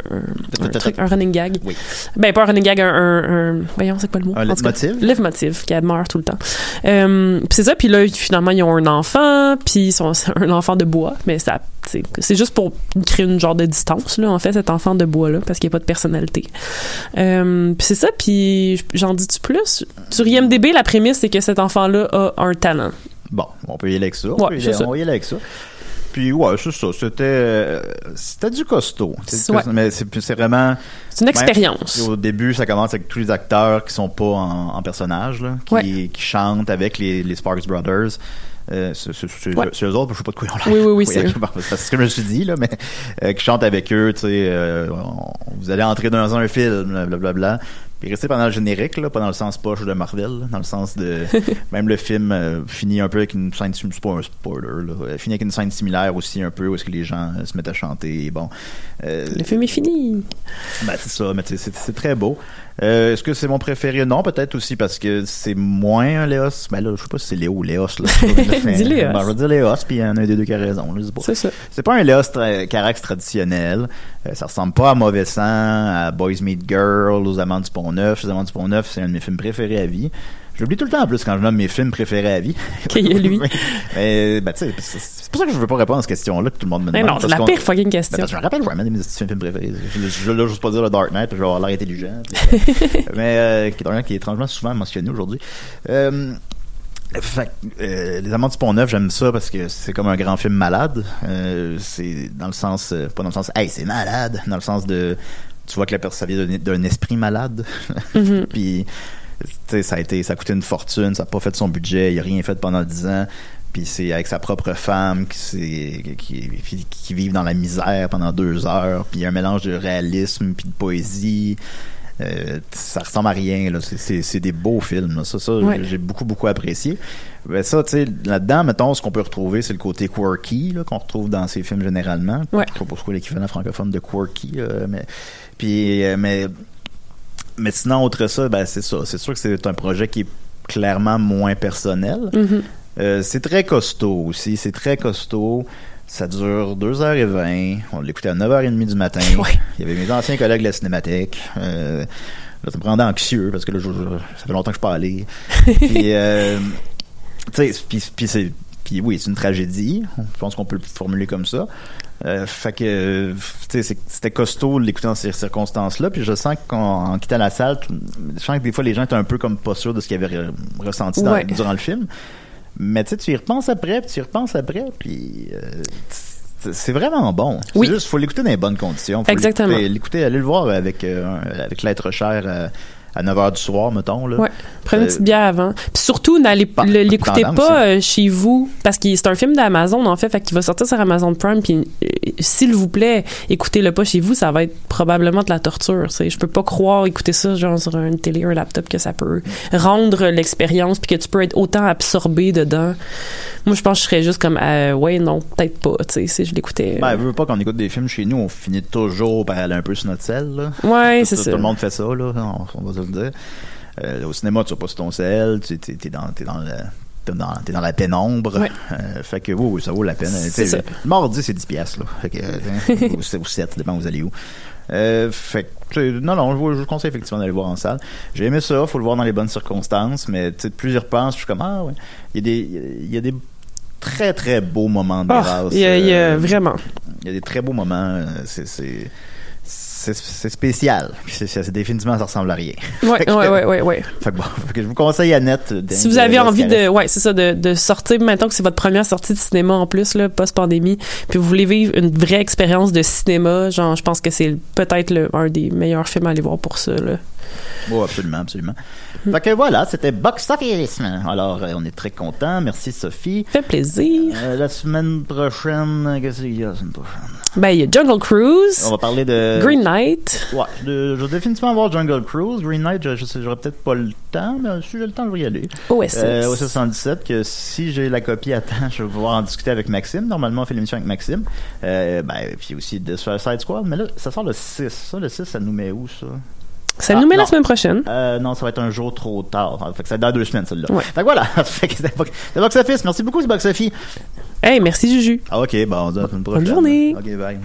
C: un- un truc, un running gag.
B: Oui.
C: Ben, pas un running gag, un... un, un- voyons, c'est quoi le mot?
B: Un
C: En tout cas,
B: leitmotiv?
C: Leitmotiv, qu'elle meurt tout le temps. Euh, puis c'est ça, puis là, finalement, ils ont un enfant, puis ils sont c'est un enfant de bois, mais ça a t'sais, c'est juste pour créer une genre de distance, là, en fait, cet enfant de bois-là, parce qu'il n'y a pas de personnalité. Euh, puis c'est ça, puis j'en dis-tu plus? Sur IMDB, la prémisse, c'est que cet enfant-là a un talent.
B: Bon, on peut y aller avec ça. On,
C: Ouais,
B: peut y
C: c'est
B: aller,
C: ça.
B: on va y aller avec ça. Puis ouais, c'est ça. C'était, euh, c'était du costaud. C'est du
C: Ouais.
B: costaud, Mais c'est, c'est vraiment.
C: C'est une expérience.
B: Puis Au début, ça commence avec tous les acteurs qui sont pas en, en personnage, là, qui,
C: Ouais.
B: qui chantent avec les, les Sparks Brothers. Euh, c'est, c'est- c'est-
C: Ouais.
B: c'est eux autres, je sais pas de quoi on
C: Oui, oui, oui, c'est eux.
B: C'est ce que je me suis dit, là, mais euh, qui chantent avec eux, tu sais, euh, on- vous allez entrer dans un film, blablabla. Bla, bla. Puis rester pendant le générique, là, pas dans le sens poche de Marvel, là, dans le sens de. même le film euh, finit un peu avec une scène. sim- C'est pas un spoiler, là. euh, Finit avec une scène similaire aussi, un peu, où est-ce que les gens euh, se mettent à chanter. Bon. euh,
C: Le film est fini.
B: ben, c'est ça, mais tu sais, c'est c'est très beau. Euh, Est-ce que c'est mon préféré? Non, peut-être aussi parce que c'est moins Léos. Ben là, je sais pas si c'est Léo ou Léos. Là.
C: Dis Léos.
B: Ben, je vais dire Léos, puis il y en a un des deux qui a raison. là, je sais pas.
C: C'est ça.
B: C'est pas un Léos tra- Carax traditionnel. Euh, ça ressemble pas à Mauvais Sang, à Boys Meet Girl, aux Amants du Pont-Neuf. Les Amants du Pont-Neuf, c'est un de mes films préférés à vie. J'oublie tout le temps en plus quand je nomme mes films préférés à vie.
C: Qu'il y a lui.
B: Mais, ben, tu sais, c'est- c'est pour ça que je veux pas répondre à cette question-là que tout le monde me
C: Mais
B: demande.
C: non, c'est
B: parce
C: la
B: qu'on-
C: pire fucking
B: ben,
C: question.
B: parce que je me rappelle vraiment de mes petits films préférés. Je je- je- là, j'ose pas dire le Dark Knight, parce que je vais avoir l'air intelligent. puis, euh, mais euh, qui est un qui est étrangement souvent mentionné aujourd'hui. Euh, fait que, euh, les Amants du Pont Neuf, j'aime ça parce que c'est comme un grand film malade. Euh, c'est dans le sens, euh, pas dans le sens, hey, c'est malade, dans le sens de, tu vois que la personne ça vient d'un- d'un esprit malade. Puis, tu sais, ça a été, ça a coûté une fortune, ça a pas fait son budget, il a rien fait pendant 10 ans. Puis c'est avec sa propre femme qui, s'est- qui, qui, qui vivent dans la misère pendant deux heures. Puis il y a un mélange de réalisme puis de poésie. Euh, ça ressemble à rien. là. C'est- C'est c'est des beaux films. là. Ça, ça
C: Ouais.
B: j'ai beaucoup, beaucoup apprécié. Mais ça, tu sais, là-dedans, mettons, ce qu'on peut retrouver, c'est le côté quirky là, qu'on retrouve dans ces films généralement.
C: Ouais.
B: Je sais pas pourquoi l'équivalent francophone de quirky. euh, mais, puis, euh, mais, mais sinon, autre ça, ben, c'est ça. C'est sûr que c'est un projet qui est clairement moins personnel. Euh, c'est très costaud aussi. C'est très costaud. Ça dure 2h20. On l'écoutait à 9h30 du matin. Il y avait mes anciens collègues de la cinémathèque. Euh, là, ça me rendait anxieux parce que là, je- je- ça fait longtemps que je suis pas allé. Puis, euh, tu sais, puis- puis c'est- puis oui, c'est une tragédie. Je pense qu'on peut le formuler comme ça. Euh, fait que, euh, tu sais, c'est- c'était costaud de l'écouter dans ces circonstances-là. Puis je sens qu'en en quittant la salle, tout- je sens que des fois, les gens étaient un peu comme pas sûrs de ce qu'ils avaient re- ressenti dans-
C: Ouais.
B: durant le film. Mais tu sais, tu y repenses après, puis tu y repenses après, puis euh, c'est- c'est vraiment bon.
C: Oui.
B: C'est juste, faut l'écouter dans les bonnes conditions. Faut
C: Exactement.
B: l'écouter- L'écouter, aller le voir avec, euh, un- avec l'être cher euh, à 9h du soir, mettons. Là.
C: Ouais. Prenez une
B: Euh,
C: petite bière avant. Puis surtout, n'allez
B: Bon,
C: le- l'écoutez
B: tendance,
C: pas
B: ça.
C: euh, chez vous parce que c'est un film d'Amazon en fait, fait qu'il va sortir sur Amazon Prime. Puis euh, s'il vous plaît, écoutez-le pas chez vous, ça va être probablement de la torture. tu sais. Je peux pas croire écouter ça genre sur une télé, un laptop que ça peut rendre l'expérience puis que tu peux être autant absorbé dedans. Moi, je pense que je serais juste comme euh, ouais non, peut-être pas. Tu sais, si je l'écoutais.
B: Ben, veux veux pas qu'on écoute des films chez nous, on finit toujours par aller un peu sur notre selle. Là.
C: ouais,
B: Tout-
C: c'est
B: tout,
C: ça.
B: tout le monde fait ça, là, hein, on, on va se le dire. Euh, au cinéma, tu vas pas sur ton sel, tu es, dans, t'es dans le- t'es dans, t'es dans la pénombre.
C: Ouais.
B: Euh, fait que oui, oui, ça vaut la peine.
C: C'est
B: Tu sais,
C: ça.
B: Mardi, c'est 10 piastres. Là. Fait que, euh, ou, c'est- ou 7, ça dépend où vous allez où. Euh, fait que, tu sais, non, non, je, vous- je vous conseille effectivement d'aller le voir en salle. J'ai aimé ça, faut le voir dans les bonnes circonstances, mais tu sais, plus j'y repense, je suis comme, ah ouais. Il y a des, il y a des très, très beaux moments de
C: Ah,
B: grâce.
C: il y a- il y a
B: euh,
C: vraiment.
B: il y a des très beaux moments. euh, C'est, c'est, c'est, c'est spécial. Puis C'est, c'est- c'est définitivement, ça ressemble à rien.
C: Ouais, ouais, ouais, ouais, ouais.
B: Fait que bon, fait que je vous conseille Annette. euh,
C: Si vous
B: de-
C: avez
B: de-
C: envie de, ouais, c'est ça, de, de sortir, maintenant que c'est votre première sortie de cinéma en plus, là, post-pandémie, puis vous voulez vivre une vraie expérience de cinéma, genre, je pense que c'est peut-être le- un des meilleurs films à aller voir pour ça, là.
B: Oh, absolument, absolument. Fait que voilà, c'était Box Office. Alors, euh, on est très contents. Merci, Sophie.
C: Fait plaisir.
B: Euh, la semaine prochaine, euh, qu'est-ce qu'il y a la semaine prochaine?
C: Ben, il y a Jungle Cruise,
B: On va euh, parler de.
C: Green Knight.
B: Ouais, de- je vais définitivement voir Jungle Cruise. Green Knight, je, je sais, j'aurai peut-être pas le temps, mais si j'ai le temps, je vais y aller.
C: OSS.
B: Euh, au 77, que si j'ai la copie à temps, je vais pouvoir en discuter avec Maxime. Normalement, on fait l'émission avec Maxime. Euh, ben, puis aussi de Suicide Squad. Mais là, ça sort le 6. Ça, le 6, ça nous met où, ça?
C: Ça
B: Ah,
C: nous met la
B: non.
C: semaine prochaine.
B: Euh, non, ça va être un jour trop tard. Fait que ça dans deux semaines, celle-là.
C: Ouais.
B: Fait que voilà. fait que c'est Box- c'est Box Office. Merci beaucoup, c'est Box Office.
C: Hey, merci Juju.
B: Ah, ok, bon, on se dit à la semaine prochaine.
C: journée.
B: Ok, bye.